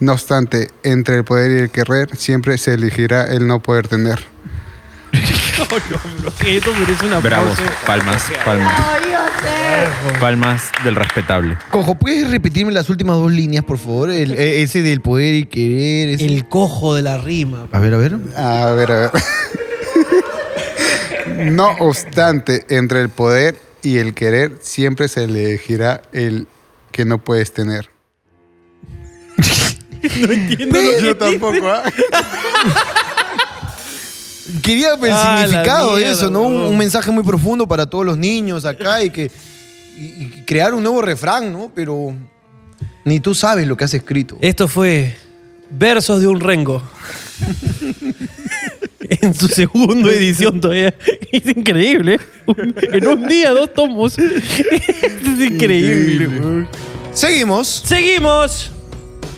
Speaker 8: No obstante, entre el poder y el querer siempre se elegirá el no poder tener.
Speaker 4: Esto merece una
Speaker 16: Bravos, palmas, palmas. Palmas del respetable.
Speaker 2: Cojo, ¿puedes repetirme las últimas dos líneas, por favor? El- e- ese del poder y querer. ese-
Speaker 4: El cojo de la rima.
Speaker 2: A ver, a ver.
Speaker 8: A ver, a ver. No obstante, entre el poder y el querer siempre se elegirá el que no puedes tener. Yo tampoco, ¿ah?
Speaker 2: Quería ver el
Speaker 4: Ah, la
Speaker 2: significado de
Speaker 4: mierda,
Speaker 2: eso, ¿no? Un,
Speaker 4: huevón.
Speaker 2: un mensaje muy profundo para todos los niños acá y que y- y crear un nuevo refrán, ¿no? Pero ni tú sabes lo que has escrito.
Speaker 4: Esto fue Versos de un Rengo. en su segunda edición todavía. Es increíble. ¿eh? Un- En un día, dos tomos. es increíble. güey.
Speaker 3: Seguimos.
Speaker 4: Seguimos.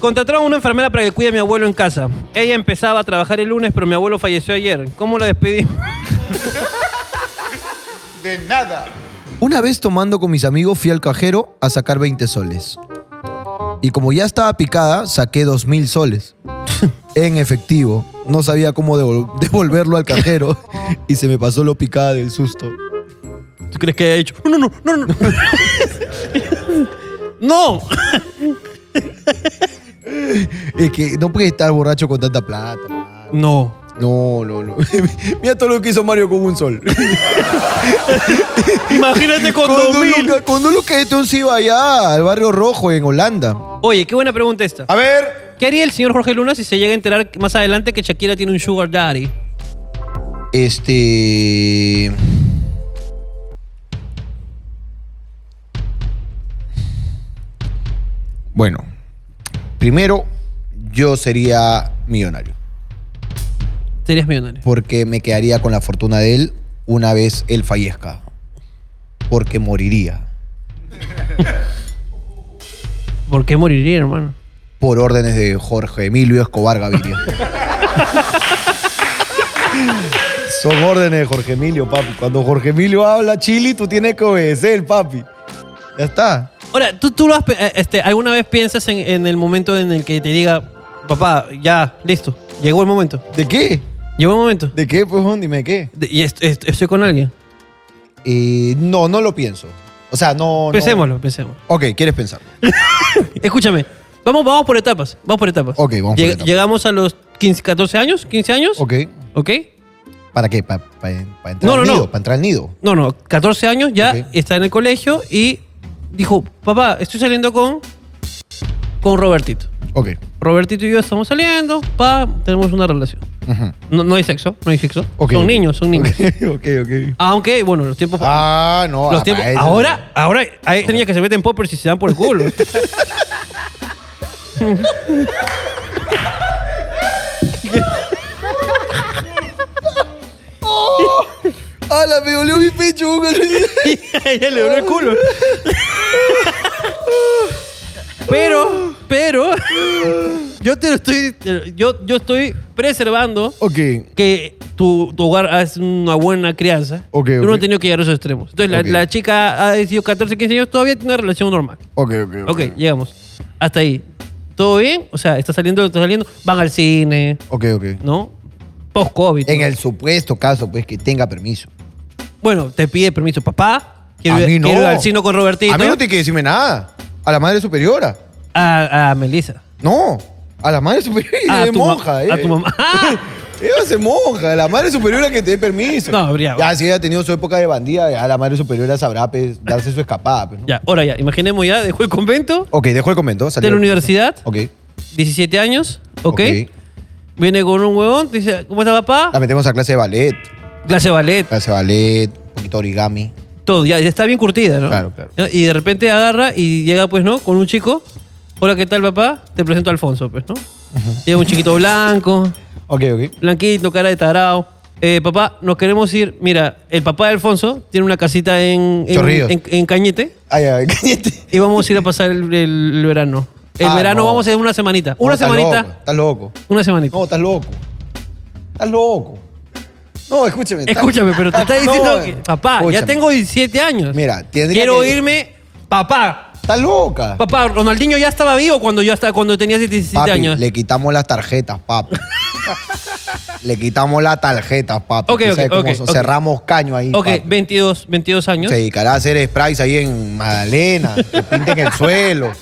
Speaker 4: Contrataron a una enfermera para que cuide a mi abuelo en casa. Ella empezaba a trabajar el lunes, pero mi abuelo falleció ayer. ¿Cómo la despedí?
Speaker 8: De nada.
Speaker 2: Una vez tomando con mis amigos fui al cajero a sacar 20 soles. Y como ya estaba picada, saqué 2000 soles. En efectivo, no sabía cómo devol- devolverlo al cajero y se me pasó lo picada del susto.
Speaker 4: ¿Tú crees que haya hecho? No, no, no, no, no. ¡No!
Speaker 2: Es que no puede estar borracho con tanta plata. mano.
Speaker 4: No.
Speaker 2: No, no, no. Mira todo lo que hizo Mario con un sol.
Speaker 4: Imagínate con
Speaker 2: Cuando
Speaker 4: dos mil.
Speaker 2: Luca- Cuando lo que este se iba allá al barrio rojo en Holanda.
Speaker 4: Oye, qué buena pregunta esta.
Speaker 3: A ver,
Speaker 4: ¿Qué haría el señor Jorge Luna si se llega a enterar más adelante que Shakira tiene un sugar daddy?
Speaker 2: Este. Bueno, primero yo sería millonario
Speaker 4: Serías millonario.
Speaker 2: porque me quedaría con la fortuna de él una vez él fallezca. Porque moriría
Speaker 4: ¿Por qué moriría, hermano?
Speaker 2: por órdenes de Jorge Emilio Escobar Gaviria. Son órdenes de Jorge Emilio, papi. Cuando Jorge Emilio habla chili, tú tienes que obedecer, papi. Ya está.
Speaker 4: Ahora, ¿tú, tú lo has pe- eh, este, alguna vez piensas en, en el momento en el que te diga, papá, ya, listo, llegó el momento,
Speaker 2: ¿De qué?
Speaker 4: llegó el momento,
Speaker 2: ¿De qué, pues, Juan? Dime, ¿de qué?
Speaker 4: De- y est- est- estoy con alguien?
Speaker 2: Eh, no, no lo pienso. O sea, no... no-
Speaker 4: Pensémoslo, pensémoslo.
Speaker 2: Ok, quieres pensar.
Speaker 4: Escúchame, vamos, vamos por etapas, vamos por etapas.
Speaker 2: Ok, vamos por
Speaker 4: Lleg-
Speaker 2: etapas.
Speaker 4: Llegamos a los 15, 14 años, 15 años,
Speaker 2: Ok.
Speaker 4: ¿ok?
Speaker 2: ¿Para qué? ¿Para entrar
Speaker 4: No, no,
Speaker 2: al
Speaker 4: no.
Speaker 2: nido? ¿Para entrar al nido?
Speaker 4: No, no, 14 años, ya
Speaker 2: Ok.
Speaker 4: está en el colegio y dijo, papá, estoy saliendo con, con Robertito.
Speaker 2: Ok.
Speaker 4: Robertito y yo estamos saliendo, pa, tenemos una relación.
Speaker 2: Ujú.
Speaker 4: No, no hay sexo, no hay sexo.
Speaker 2: Ok,
Speaker 4: son
Speaker 2: ok.
Speaker 4: niños, son niños.
Speaker 2: ok, ok.
Speaker 4: Aunque, bueno, los tiempos...
Speaker 2: Ah, no.
Speaker 4: los
Speaker 2: ah,
Speaker 4: tiempos-
Speaker 2: para eso-
Speaker 4: ahora, ahora hay niñas que se meten poppers y se dan por el culo.
Speaker 2: ¡Hala, Ah, me dolió mi pecho!
Speaker 4: Ella le duele el culo. pero, pero, yo te lo estoy, te- yo, yo estoy preservando
Speaker 2: ok.
Speaker 4: que tu, tu hogar hace una buena crianza.
Speaker 2: Ok,
Speaker 4: Tú no
Speaker 2: ok.
Speaker 4: has tenido que llegar a esos extremos. Entonces, la-
Speaker 2: Ok.
Speaker 4: la, chica ha decidido 14, 15 años, todavía tiene una relación normal.
Speaker 2: Ok, ok, ok.
Speaker 4: Ok, llegamos. Hasta ahí. ¿Todo bien? O sea, está saliendo, está saliendo. Van al cine,
Speaker 2: Ok, ok.
Speaker 4: ¿no? Post-COVID.
Speaker 2: En
Speaker 4: ¿no?
Speaker 2: el supuesto caso, pues, que tenga permiso.
Speaker 4: Bueno, te pide permiso, papá. Quiero,
Speaker 2: A
Speaker 4: ir-
Speaker 2: mí no.
Speaker 4: quiero ir al cine con Robertito.
Speaker 2: A mí no tiene que decirme nada. A la madre superiora.
Speaker 4: A, a Melissa.
Speaker 2: No. A la madre superiora.
Speaker 4: Ah, A
Speaker 2: de
Speaker 4: tu ma-
Speaker 2: monja, eh.
Speaker 4: A tu mamá. Ah.
Speaker 8: Ella se moja, la madre superiora que te dé permiso.
Speaker 4: No, habría-
Speaker 8: Ya, si ella ha tenido su época de bandida, ya la madre superiora sabrá pues, darse su escapada. pues, ¿no?
Speaker 4: Ya, ahora ya, imaginemos ya, dejó el convento,
Speaker 8: Ok, dejo el comentario.
Speaker 4: de la universidad,
Speaker 8: Ok.
Speaker 4: 17 años, ok. Viene con un huevón, dice, ¿cómo está papá?
Speaker 8: La metemos a clase de ballet.
Speaker 4: Clase de ballet.
Speaker 8: Clase de ballet, un poquito origami.
Speaker 4: Todo, ya, ya está bien curtida, ¿no?
Speaker 8: Claro, claro.
Speaker 4: ¿No? Y de repente agarra y llega, pues, ¿no? Con un chico. Hola, ¿qué tal, papá? Te presento a Alfonso, pues, ¿no? Llega un chiquito blanco,
Speaker 8: Ok, ok.
Speaker 4: blanquito, cara de tarao. Eh, papá, nos queremos ir. Mira, el papá de Alfonso tiene una casita en, en,
Speaker 8: Chorrillos.
Speaker 4: en- en Cañete
Speaker 8: Ay, ay, cállate.
Speaker 4: y vamos a ir a pasar el, el verano. El
Speaker 8: Ah,
Speaker 4: verano
Speaker 8: no.
Speaker 4: vamos a ir una semanita. Una
Speaker 8: No, estás
Speaker 4: semanita.
Speaker 8: loco, Estás loco.
Speaker 4: Una semanita.
Speaker 8: No, estás loco. Estás loco. No, escúchame. estás-
Speaker 4: Escúchame, pero te está
Speaker 8: No,
Speaker 4: diciendo
Speaker 8: eh,
Speaker 4: que, papá, ya
Speaker 8: escúchame.
Speaker 4: tengo 17 años.
Speaker 8: Mira, tendría
Speaker 4: Quiero
Speaker 8: que-
Speaker 4: irme, papá.
Speaker 8: Estás loca.
Speaker 4: Papá, Ronaldinho ya estaba vivo cuando yo hasta cuando tenía 17
Speaker 8: Papi,
Speaker 4: años.
Speaker 8: le quitamos las tarjetas, papi. le quitamos las tarjetas, papi.
Speaker 4: Ok,
Speaker 8: Tú
Speaker 4: ok,
Speaker 8: sabes cómo
Speaker 4: ok,
Speaker 8: son.
Speaker 4: ok.
Speaker 8: Cerramos caño ahí,
Speaker 4: ok,
Speaker 8: papi.
Speaker 4: 22, 22 años.
Speaker 8: Se dedicará a hacer sprays ahí en Magdalena. que pinten el suelo.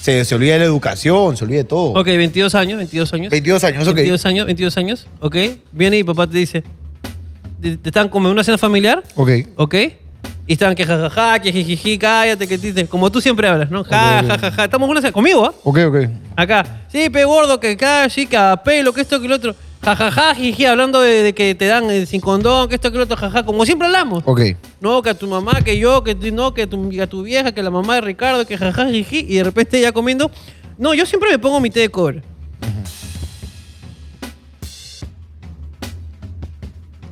Speaker 8: Se, se olvida de la educación, se olvida de todo.
Speaker 4: Ok, 22 años, 22 años.
Speaker 8: 22 años, ok.
Speaker 4: 22 años, 22 años, ok. Viene y papá te dice, te te están como en una cena familiar,
Speaker 8: Ok.
Speaker 4: ok. Y están que jajaja, que jijiji, cállate, que dices, como tú siempre hablas, ¿no? Ja, ja, ja, ja. Estamos en una cena conmigo, ¿ah?
Speaker 8: Ok, ok.
Speaker 4: Acá, sí, pe gordo, que acá, sí, que a pelo, que esto, que lo otro. Jajaja, ja, ja, jiji, hablando de, de que te dan eh, sin condón, que esto, que lo otro, jaja, como siempre hablamos.
Speaker 8: Ok.
Speaker 4: No, que a tu mamá, que yo, que tú- no, que a tu, que a tu vieja, que la mamá de Ricardo, que jajaja, jiji, y de repente ya comiendo. No, yo siempre me pongo mi té de cobre.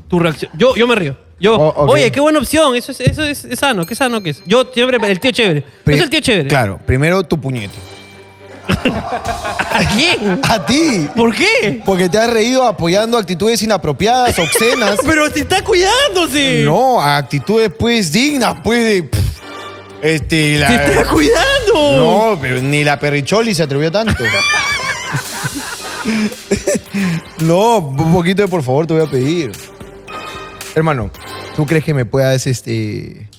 Speaker 4: Tu reacción. Yo, yo me río. Yo,
Speaker 8: Oh, ok.
Speaker 4: oye, qué buena opción. Eso es, eso es, es sano, qué sano que es. Yo siempre, el tío chévere. No es el tío chévere.
Speaker 8: Claro, primero tu puñete.
Speaker 4: ¿A quién?
Speaker 8: A ti.
Speaker 4: ¿Por qué?
Speaker 8: Porque te has reído apoyando actitudes inapropiadas, obscenas.
Speaker 4: Pero eh. te está cuidándose.
Speaker 8: no, a actitudes pues dignas, pues de. pff, Este, la.
Speaker 4: Te está cuidando.
Speaker 8: No, pero ni la perricholi se atrevió tanto. no, un poquito de por favor te voy a pedir. Hermano, ¿tú crees que me puedas este,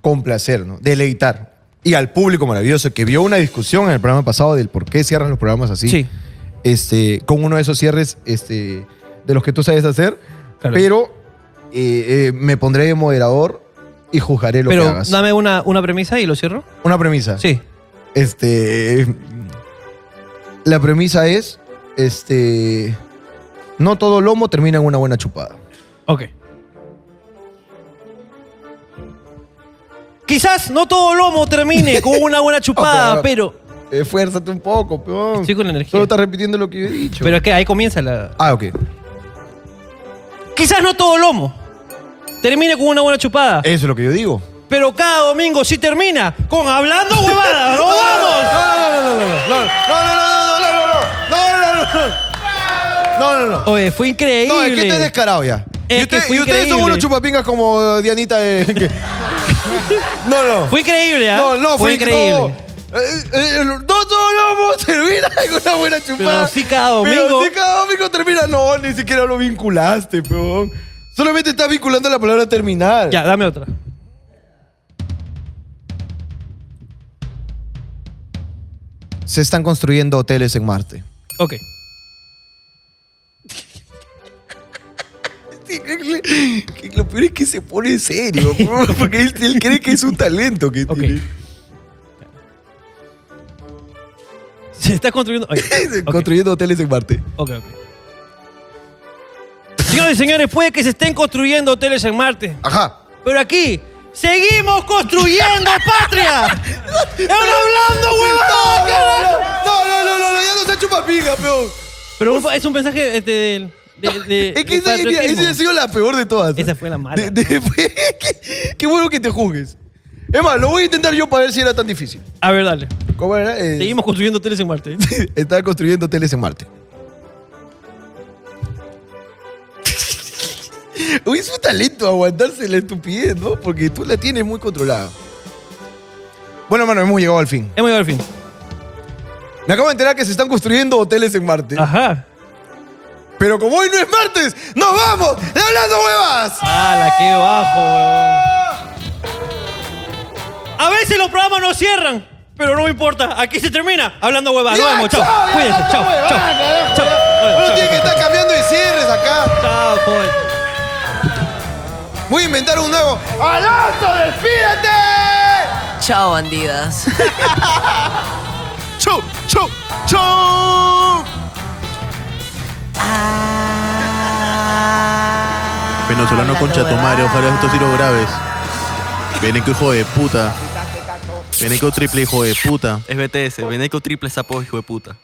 Speaker 8: complacer, ¿no? deleitar? Y al público maravilloso que vio una discusión en el programa pasado del por qué cierran los programas así.
Speaker 4: Sí.
Speaker 8: Este, con uno de esos cierres este, de los que tú sabes hacer.
Speaker 4: Claro.
Speaker 8: Pero eh, eh, me pondré de moderador y juzgaré lo que
Speaker 4: Pero
Speaker 8: hagas.
Speaker 4: dame una, una premisa y lo cierro.
Speaker 8: Una premisa.
Speaker 4: Sí.
Speaker 8: Este. La premisa es. Este. No todo lomo termina en una buena chupada.
Speaker 4: Ok. Quizás no todo lomo termine con una buena chupada,
Speaker 8: Ok,
Speaker 4: pero.
Speaker 8: Esfuérzate un poco, peón.
Speaker 4: Estoy con energía.
Speaker 8: Solo estás repitiendo lo que yo he dicho.
Speaker 4: Pero es que ahí comienza la.
Speaker 8: ah, ok.
Speaker 4: Quizás no todo lomo termine con una buena chupada,
Speaker 8: Eso es lo que yo digo.
Speaker 4: pero cada domingo sí termina con hablando huevadas. ¡No vamos!
Speaker 8: No, no, no.
Speaker 4: Oye, fue increíble.
Speaker 8: No, es que te descarado ya.
Speaker 4: Es
Speaker 8: y
Speaker 4: que
Speaker 8: usted-
Speaker 4: fue
Speaker 8: y ustedes son
Speaker 4: increíble.
Speaker 8: unos chupapingas como eh, Dianita. eh, que- No, no.
Speaker 4: Fue increíble, ¿ah?
Speaker 8: No, no, fue,
Speaker 4: increíble.
Speaker 8: No, Eh, eh, no, todo lomo termina en una buena chupada.
Speaker 4: Pero sí cada domingo.
Speaker 8: Pero sí cada domingo termina. No, ni siquiera lo vinculaste, peón. Solamente estás vinculando la palabra terminar.
Speaker 4: Ya, dame otra.
Speaker 8: Se están construyendo hoteles en Marte.
Speaker 4: Ok.
Speaker 8: Que Lo peor es que se pone en serio, peón, porque él, él cree que es un talento que
Speaker 4: Ok.
Speaker 8: tiene.
Speaker 4: Se está construyendo. ok,
Speaker 8: Se
Speaker 4: ok.
Speaker 8: Construyendo hoteles en Marte.
Speaker 4: Ok, ok. Señoras y señores, puede que se estén construyendo hoteles en Marte,
Speaker 8: Ajá.
Speaker 4: pero aquí seguimos construyendo patria. ¡Están hablando,
Speaker 8: No,
Speaker 4: huevón!
Speaker 8: no, no, no, no, no, ya no se chupa pinga, peón.
Speaker 4: Pero un- es un mensaje este, del. De, Eh, de-
Speaker 8: Es que
Speaker 4: del
Speaker 8: esa, esa-
Speaker 4: patriotismo.
Speaker 8: esa ha sido la peor de todas.
Speaker 4: Esa fue la mala.
Speaker 8: De- de- qué, qué bueno que te juzgues. Es más, lo voy a intentar yo para ver si era tan difícil.
Speaker 4: A ver, dale.
Speaker 8: ¿Cómo era? Eh,
Speaker 4: Seguimos construyendo hoteles en Marte.
Speaker 8: Estaba construyendo hoteles en Marte. Uy, es un talento aguantarse la estupidez, ¿no? Porque tú la tienes muy controlada. Bueno, hermano, hemos llegado al fin.
Speaker 4: Hemos llegado al fin.
Speaker 8: Me acabo de enterar que se están construyendo hoteles en Marte.
Speaker 4: Ajá.
Speaker 8: Pero como hoy no es martes, ¡nos vamos! ¡De hablando huevas!
Speaker 4: ¡Hala, qué bajo, huevón! A veces los programas no cierran, pero no me importa. Aquí se termina hablando huevadas. Nos
Speaker 8: Ya,
Speaker 4: vemos, chao.
Speaker 8: ya,
Speaker 4: Cuídense,
Speaker 8: no,
Speaker 4: chao.
Speaker 8: huevada,
Speaker 4: Chao.
Speaker 8: carajo.
Speaker 4: Chao.
Speaker 8: Uno tiene que estar cambiando de cierres acá.
Speaker 4: joven.
Speaker 3: Voy a inventar un nuevo. ¡Alonso, despídete!
Speaker 5: Chao, bandidas.
Speaker 8: ¡Chau, chau, chau!
Speaker 5: Ah.
Speaker 8: Venezolano concha tu madre, ojalá estos tiros graves. Veneco hijo de puta. Veneco triple hijo de puta.
Speaker 7: Es BTS, Veneco triple sapo hijo de puta.